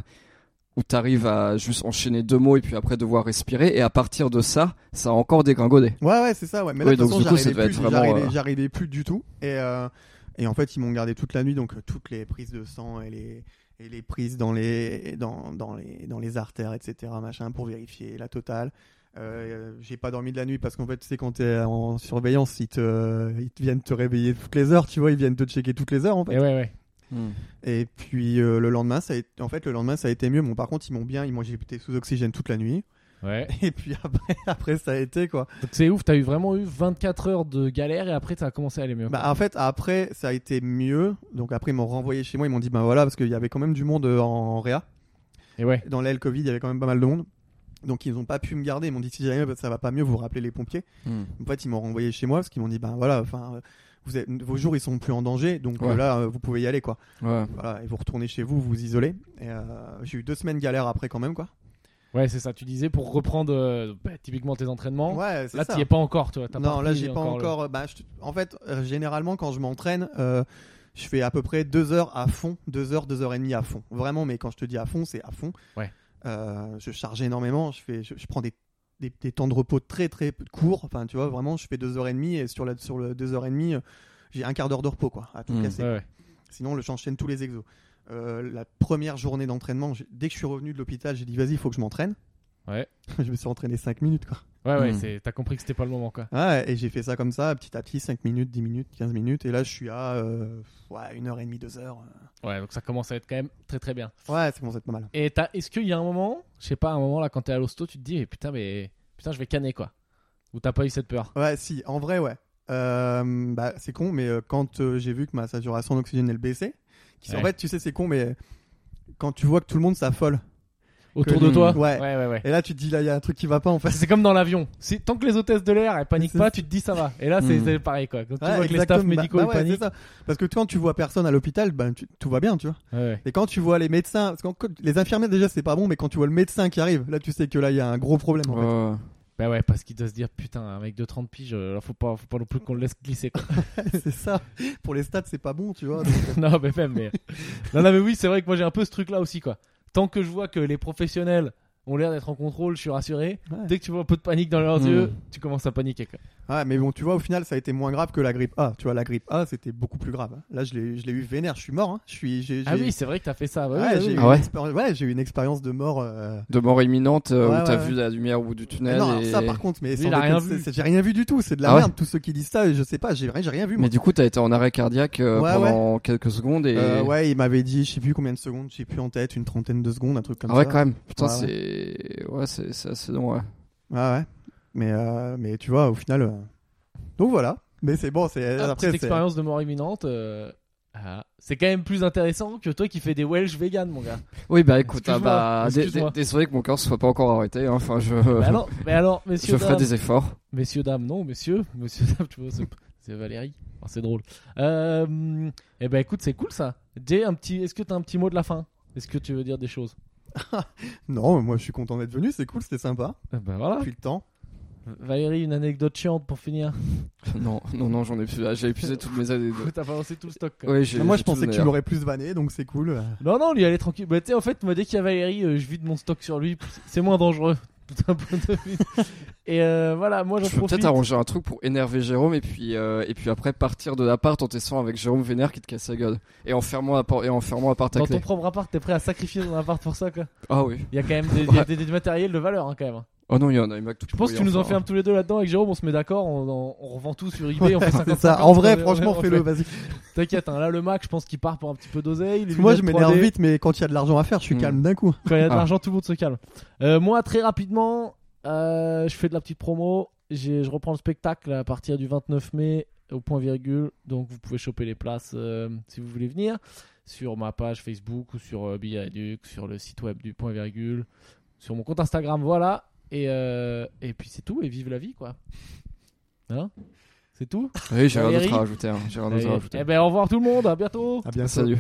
S1: où t'arrives à juste enchaîner deux mots et puis après devoir respirer et à partir de ça, ça a encore dégringolé.
S3: Ouais, ouais, c'est ça, ouais. Mais là,
S1: Oui,
S3: de toute
S1: donc,
S3: façon,
S1: du coup, ça
S3: j'arrivais
S1: devait
S3: plus,
S1: être vraiment,
S3: j'arrivais-
S1: euh,
S3: j'arrivais plus du tout. Et, euh, et en fait, ils m'ont gardé toute la nuit, donc euh, toutes les prises de sang et les, et les prises dans les, dans, dans les, dans les artères, etc., machin, pour vérifier la totale. Euh, j'ai pas dormi de la nuit parce qu'en fait, tu sais, quand t'es en surveillance, ils te, euh, ils te viennent te réveiller toutes les heures, tu vois, ils viennent te checker toutes les heures, en fait.
S2: Et Eh ouais, ouais.
S3: Hmm. Et puis euh, le lendemain, ça a été, en fait, le lendemain, ça a été mieux. Bon, par contre, ils m'ont bien, ils m'ont, j'ai été sous oxygène toute la nuit.
S2: Ouais.
S3: Et puis après, après ça a été quoi.
S2: Donc c'est ouf, t'as eu vraiment eu 24 heures de galère et après ça a commencé à aller mieux.
S3: Bah, en fait, après, ça a été mieux. Donc après, ils m'ont renvoyé chez moi. Ils m'ont dit, bah voilà, parce qu'il y avait quand même du monde euh, en réa.
S2: et ouais.
S3: Dans l'aile Covid, il y avait quand même pas mal de monde. Donc ils n'ont pas pu me garder. Ils m'ont dit, si jamais bah, ça va pas mieux, vous rappelez les pompiers. En fait, ils m'ont renvoyé chez moi parce qu'ils m'ont dit, bah voilà, enfin, euh, vous êtes- vos jours, ils sont plus en danger. Donc euh,
S1: Ouais.
S3: là, euh, vous pouvez y aller quoi.
S1: Ouais.
S3: Voilà, et vous retournez chez vous, vous vous isolez. Et, euh, j'ai eu deux semaines galère après quand même quoi.
S2: Ouais, c'est ça, tu disais pour reprendre euh, bah, typiquement tes entraînements.
S3: Ouais, c'est
S2: là,
S3: ça.
S2: t'y es pas encore, toi. t'as
S3: Non,
S2: pas
S3: là,
S2: pris
S3: j'ai pas encore.
S2: le-
S3: euh, bah, je- En fait, euh, généralement, quand je m'entraîne, euh, je fais à peu près deux heures à fond, deux heures, deux heures et demie à fond. Vraiment, mais quand je te dis à fond, c'est à fond.
S2: Ouais.
S3: Euh, je charge énormément. Je fais, je, je prends des, des, des temps de repos très très courts. Enfin, tu vois, vraiment, je fais deux heures et demie et sur la sur le deux heures et demie, euh, j'ai un quart d'heure de repos, quoi, à tout
S1: Mm.
S3: casser.
S2: Ouais, ouais.
S3: Sinon, le- j'enchaîne tous les exos. Euh, la première journée d'entraînement, j'ai- dès que je suis revenu de l'hôpital, j'ai dit vas-y, il faut que je m'entraîne.
S2: Ouais.
S3: je me suis entraîné 5 minutes, quoi.
S2: Ouais, ouais,
S1: Mm.
S2: c'est- t'as compris que c'était pas le moment, quoi.
S3: Ah Ouais, et j'ai fait ça comme ça, petit à petit, 5 minutes, 10 minutes, 15 minutes, et là je suis à euh, ouais, 1h30, 2h.
S2: Ouais, donc ça commence à être quand même très très bien.
S3: Ouais, ça commence à être pas mal.
S2: Et t'as- est-ce qu'il y a un moment, je sais pas, un moment là, quand t'es à l'hosto, tu te dis, eh, putain, mais putain, je vais canner, quoi. Ou t'as pas eu cette peur.
S3: Ouais, si, en vrai, ouais. Euh, bah, c'est con, mais euh, quand euh, j'ai vu que ma saturation d'oxygène elle baissait, qui, en
S2: Ouais.
S3: fait, tu sais, c'est con, mais quand tu vois que tout le monde s'affole,
S2: Autour
S1: Que-
S2: de toi
S3: Ouais.
S2: ouais, ouais. ouais.
S3: et là tu te dis, là il y a un truc qui va pas en fait.
S2: C'est comme dans l'avion. Si, tant que les hôtesses de l'air elles paniquent
S3: C'est
S2: pas,
S3: ça.
S2: tu te dis ça va. Et là c'est
S1: Mm.
S2: c'est pareil quoi. Quand tu
S3: Ouais,
S2: vois que les staffs
S3: exactement.
S2: médicaux
S3: Bah-
S2: ils
S3: bah ouais, c'est
S2: paniquent.
S3: ça. Parce que quand tu vois personne à l'hôpital, ben tu- tout va bien, tu vois.
S2: Ouais, ouais.
S3: Et quand tu vois les médecins, parce que les infirmières déjà c'est pas bon, mais quand tu vois le médecin qui arrive, là tu sais que là il y a un gros problème en fait.
S1: Ouais.
S2: Bah ouais, parce qu'il doit se dire putain, un mec de 30 piges, euh, faut pas, faut pas non plus qu'on le laisse glisser. quoi.
S3: c'est ça. Pour les stats, c'est pas bon, tu vois.
S2: non mais même, mais euh, non, non mais oui, c'est vrai que moi j'ai un peu ce truc là aussi quoi. Tant que je vois que les professionnels ont l'air d'être en contrôle, je suis rassuré.
S3: Ouais.
S2: Dès que tu vois un peu de panique dans leurs
S1: Mm.
S2: yeux, tu commences à paniquer. Quoi.
S3: Ouais, mais bon, tu vois, au final, ça a été moins grave que la grippe A. Tu vois, la grippe A, c'était beaucoup plus grave. hein. Là, je l'ai je l'ai eu vénère, je suis mort. hein. Je suis, j'ai,
S2: Ah
S3: j'ai-
S2: oui, c'est vrai que t'as fait ça. bah
S3: Ouais,
S2: oui, bah
S3: j'ai
S2: oui.
S3: eu,
S1: Ah ouais.
S3: une expéri- ouais, j'ai eu une expérience de mort. euh,
S1: De mort imminente euh,
S3: Ouais,
S1: où t'as
S3: ouais,
S1: vu la lumière au bout du tunnel.
S3: non, alors
S1: et...
S3: ça, par contre, mais
S2: Lui,
S3: sans
S2: il a
S3: déconner,
S2: rien vu.
S3: c'est- c'est- j'ai rien vu du tout. C'est de la
S1: Ah ouais.
S3: merde. Tous ceux qui disent ça, je sais pas, j'ai, j'ai rien vu. Moi.
S1: Mais du coup, t'as été en arrêt cardiaque euh,
S3: Ouais,
S1: pendant quelques secondes et.
S3: Euh, ouais, il m'avait dit, je sais plus combien de secondes, je sais plus en tête, une trentaine de secondes, un truc comme
S1: Ah ouais,
S3: ça.
S1: quand même. Putain,
S3: Ouais,
S1: c'est. Ouais, c'est, c'est assez long, ouais.
S3: Ouais, ouais. Mais, euh, mais tu vois, au final. euh, Donc voilà. Mais c'est bon, c'est.
S2: Ah,
S3: après,
S2: petite
S3: c'est-
S2: expérience de mort imminente. euh, ah, c'est quand même plus intéressant que toi qui fais des Welsh vegan, mon gars.
S1: Oui, bah écoute, ah,
S2: Excuse-moi,
S1: bah, dé- dé-
S2: excuse-moi.
S1: désolé que mon cœur se soit pas encore arrêté. hein. Enfin, je.
S3: Bah,
S2: mais alors, mais alors,
S1: je
S2: messieurs,
S1: ferai
S2: dames,
S1: des efforts.
S2: Messieurs, dames, non, messieurs, monsieur, dames, tu vois, c'est- c'est Valérie. Enfin, c'est drôle. Euh, eh ben, écoute, c'est cool ça. Jay, un petit, est-ce que t'as un petit mot de la fin Est-ce que tu veux dire des choses
S3: Non, moi je suis content d'être venu, c'est cool, c'était sympa.
S2: Eh Ben voilà.
S3: Depuis le temps.
S2: Valérie, une anecdote chiante pour finir.
S1: Non, non, non, j'en ai plus. Ah, J'ai épuisé toutes mes anecdotes.
S2: T'as balancé tout le stock. Quoi.
S1: Ouais, j'ai-
S3: moi
S1: j'ai
S3: je
S1: tout
S3: pensais que
S1: donné, hein.
S3: tu l'aurais plus vanné, donc c'est cool. Euh,
S2: Non, non, lui, allez tranquille. Bah, tu sais, en fait, moi, dès qu'il y a Valérie, euh, je vide mon stock sur lui. C'est moins dangereux. Tout un point de vue. Et euh, voilà, moi, j'en
S1: Je peux
S2: profite.
S1: peut-être arranger un truc pour énerver Jérôme et puis euh, et puis après partir de l'appart en testant avec Jérôme Vénère qui te casse la gueule et en fermant l'appart et en fermant l'appart à
S2: Dans
S1: clé.
S2: ton propre appart, t'es prêt à sacrifier ton appart pour ça, quoi.
S1: Ah oui.
S2: Il y a quand même des, il y a des- des matériels de valeur, hein, quand même.
S1: Oh non, il y en a une Mac tout
S2: Je pense que tu nous enfermes tous les deux là-dedans avec Jérôme, on se met d'accord, on, on- on revend tout sur eBay, on fait 50
S3: c'est ça. En vrai, franchement, fais-le, vas-y.
S2: T'inquiète, hein, là le Mac, je pense qu'il part pour un petit peu d'oseille. les
S3: Parce que Moi je
S2: lunettes
S3: m'énerve
S2: 3D.
S3: vite, mais quand il y a de l'argent à faire, je suis
S1: Hmm.
S3: calme d'un coup.
S2: Quand il y a de
S1: Ah.
S2: l'argent, tout le monde se calme. Euh, moi, très rapidement, euh, je fais de la petite promo. J'ai- Je reprends le spectacle à partir du 29 mai au point virgule. Donc, vous pouvez choper les places euh, si vous voulez venir sur ma page Facebook ou sur euh, Billet Duc, sur le site web du point virgule, sur mon compte Instagram. Voilà. Et, euh, et puis, c'est tout. Et vive la vie, quoi. Hein C'est tout
S1: Oui, j'ai rien d'autre
S2: Valérie.
S1: à rajouter. hein. J'ai rien d'autre à
S2: et, eh
S1: rajouter.
S2: ben, au revoir tout le monde. À bientôt.
S3: À bientôt.
S1: Salut.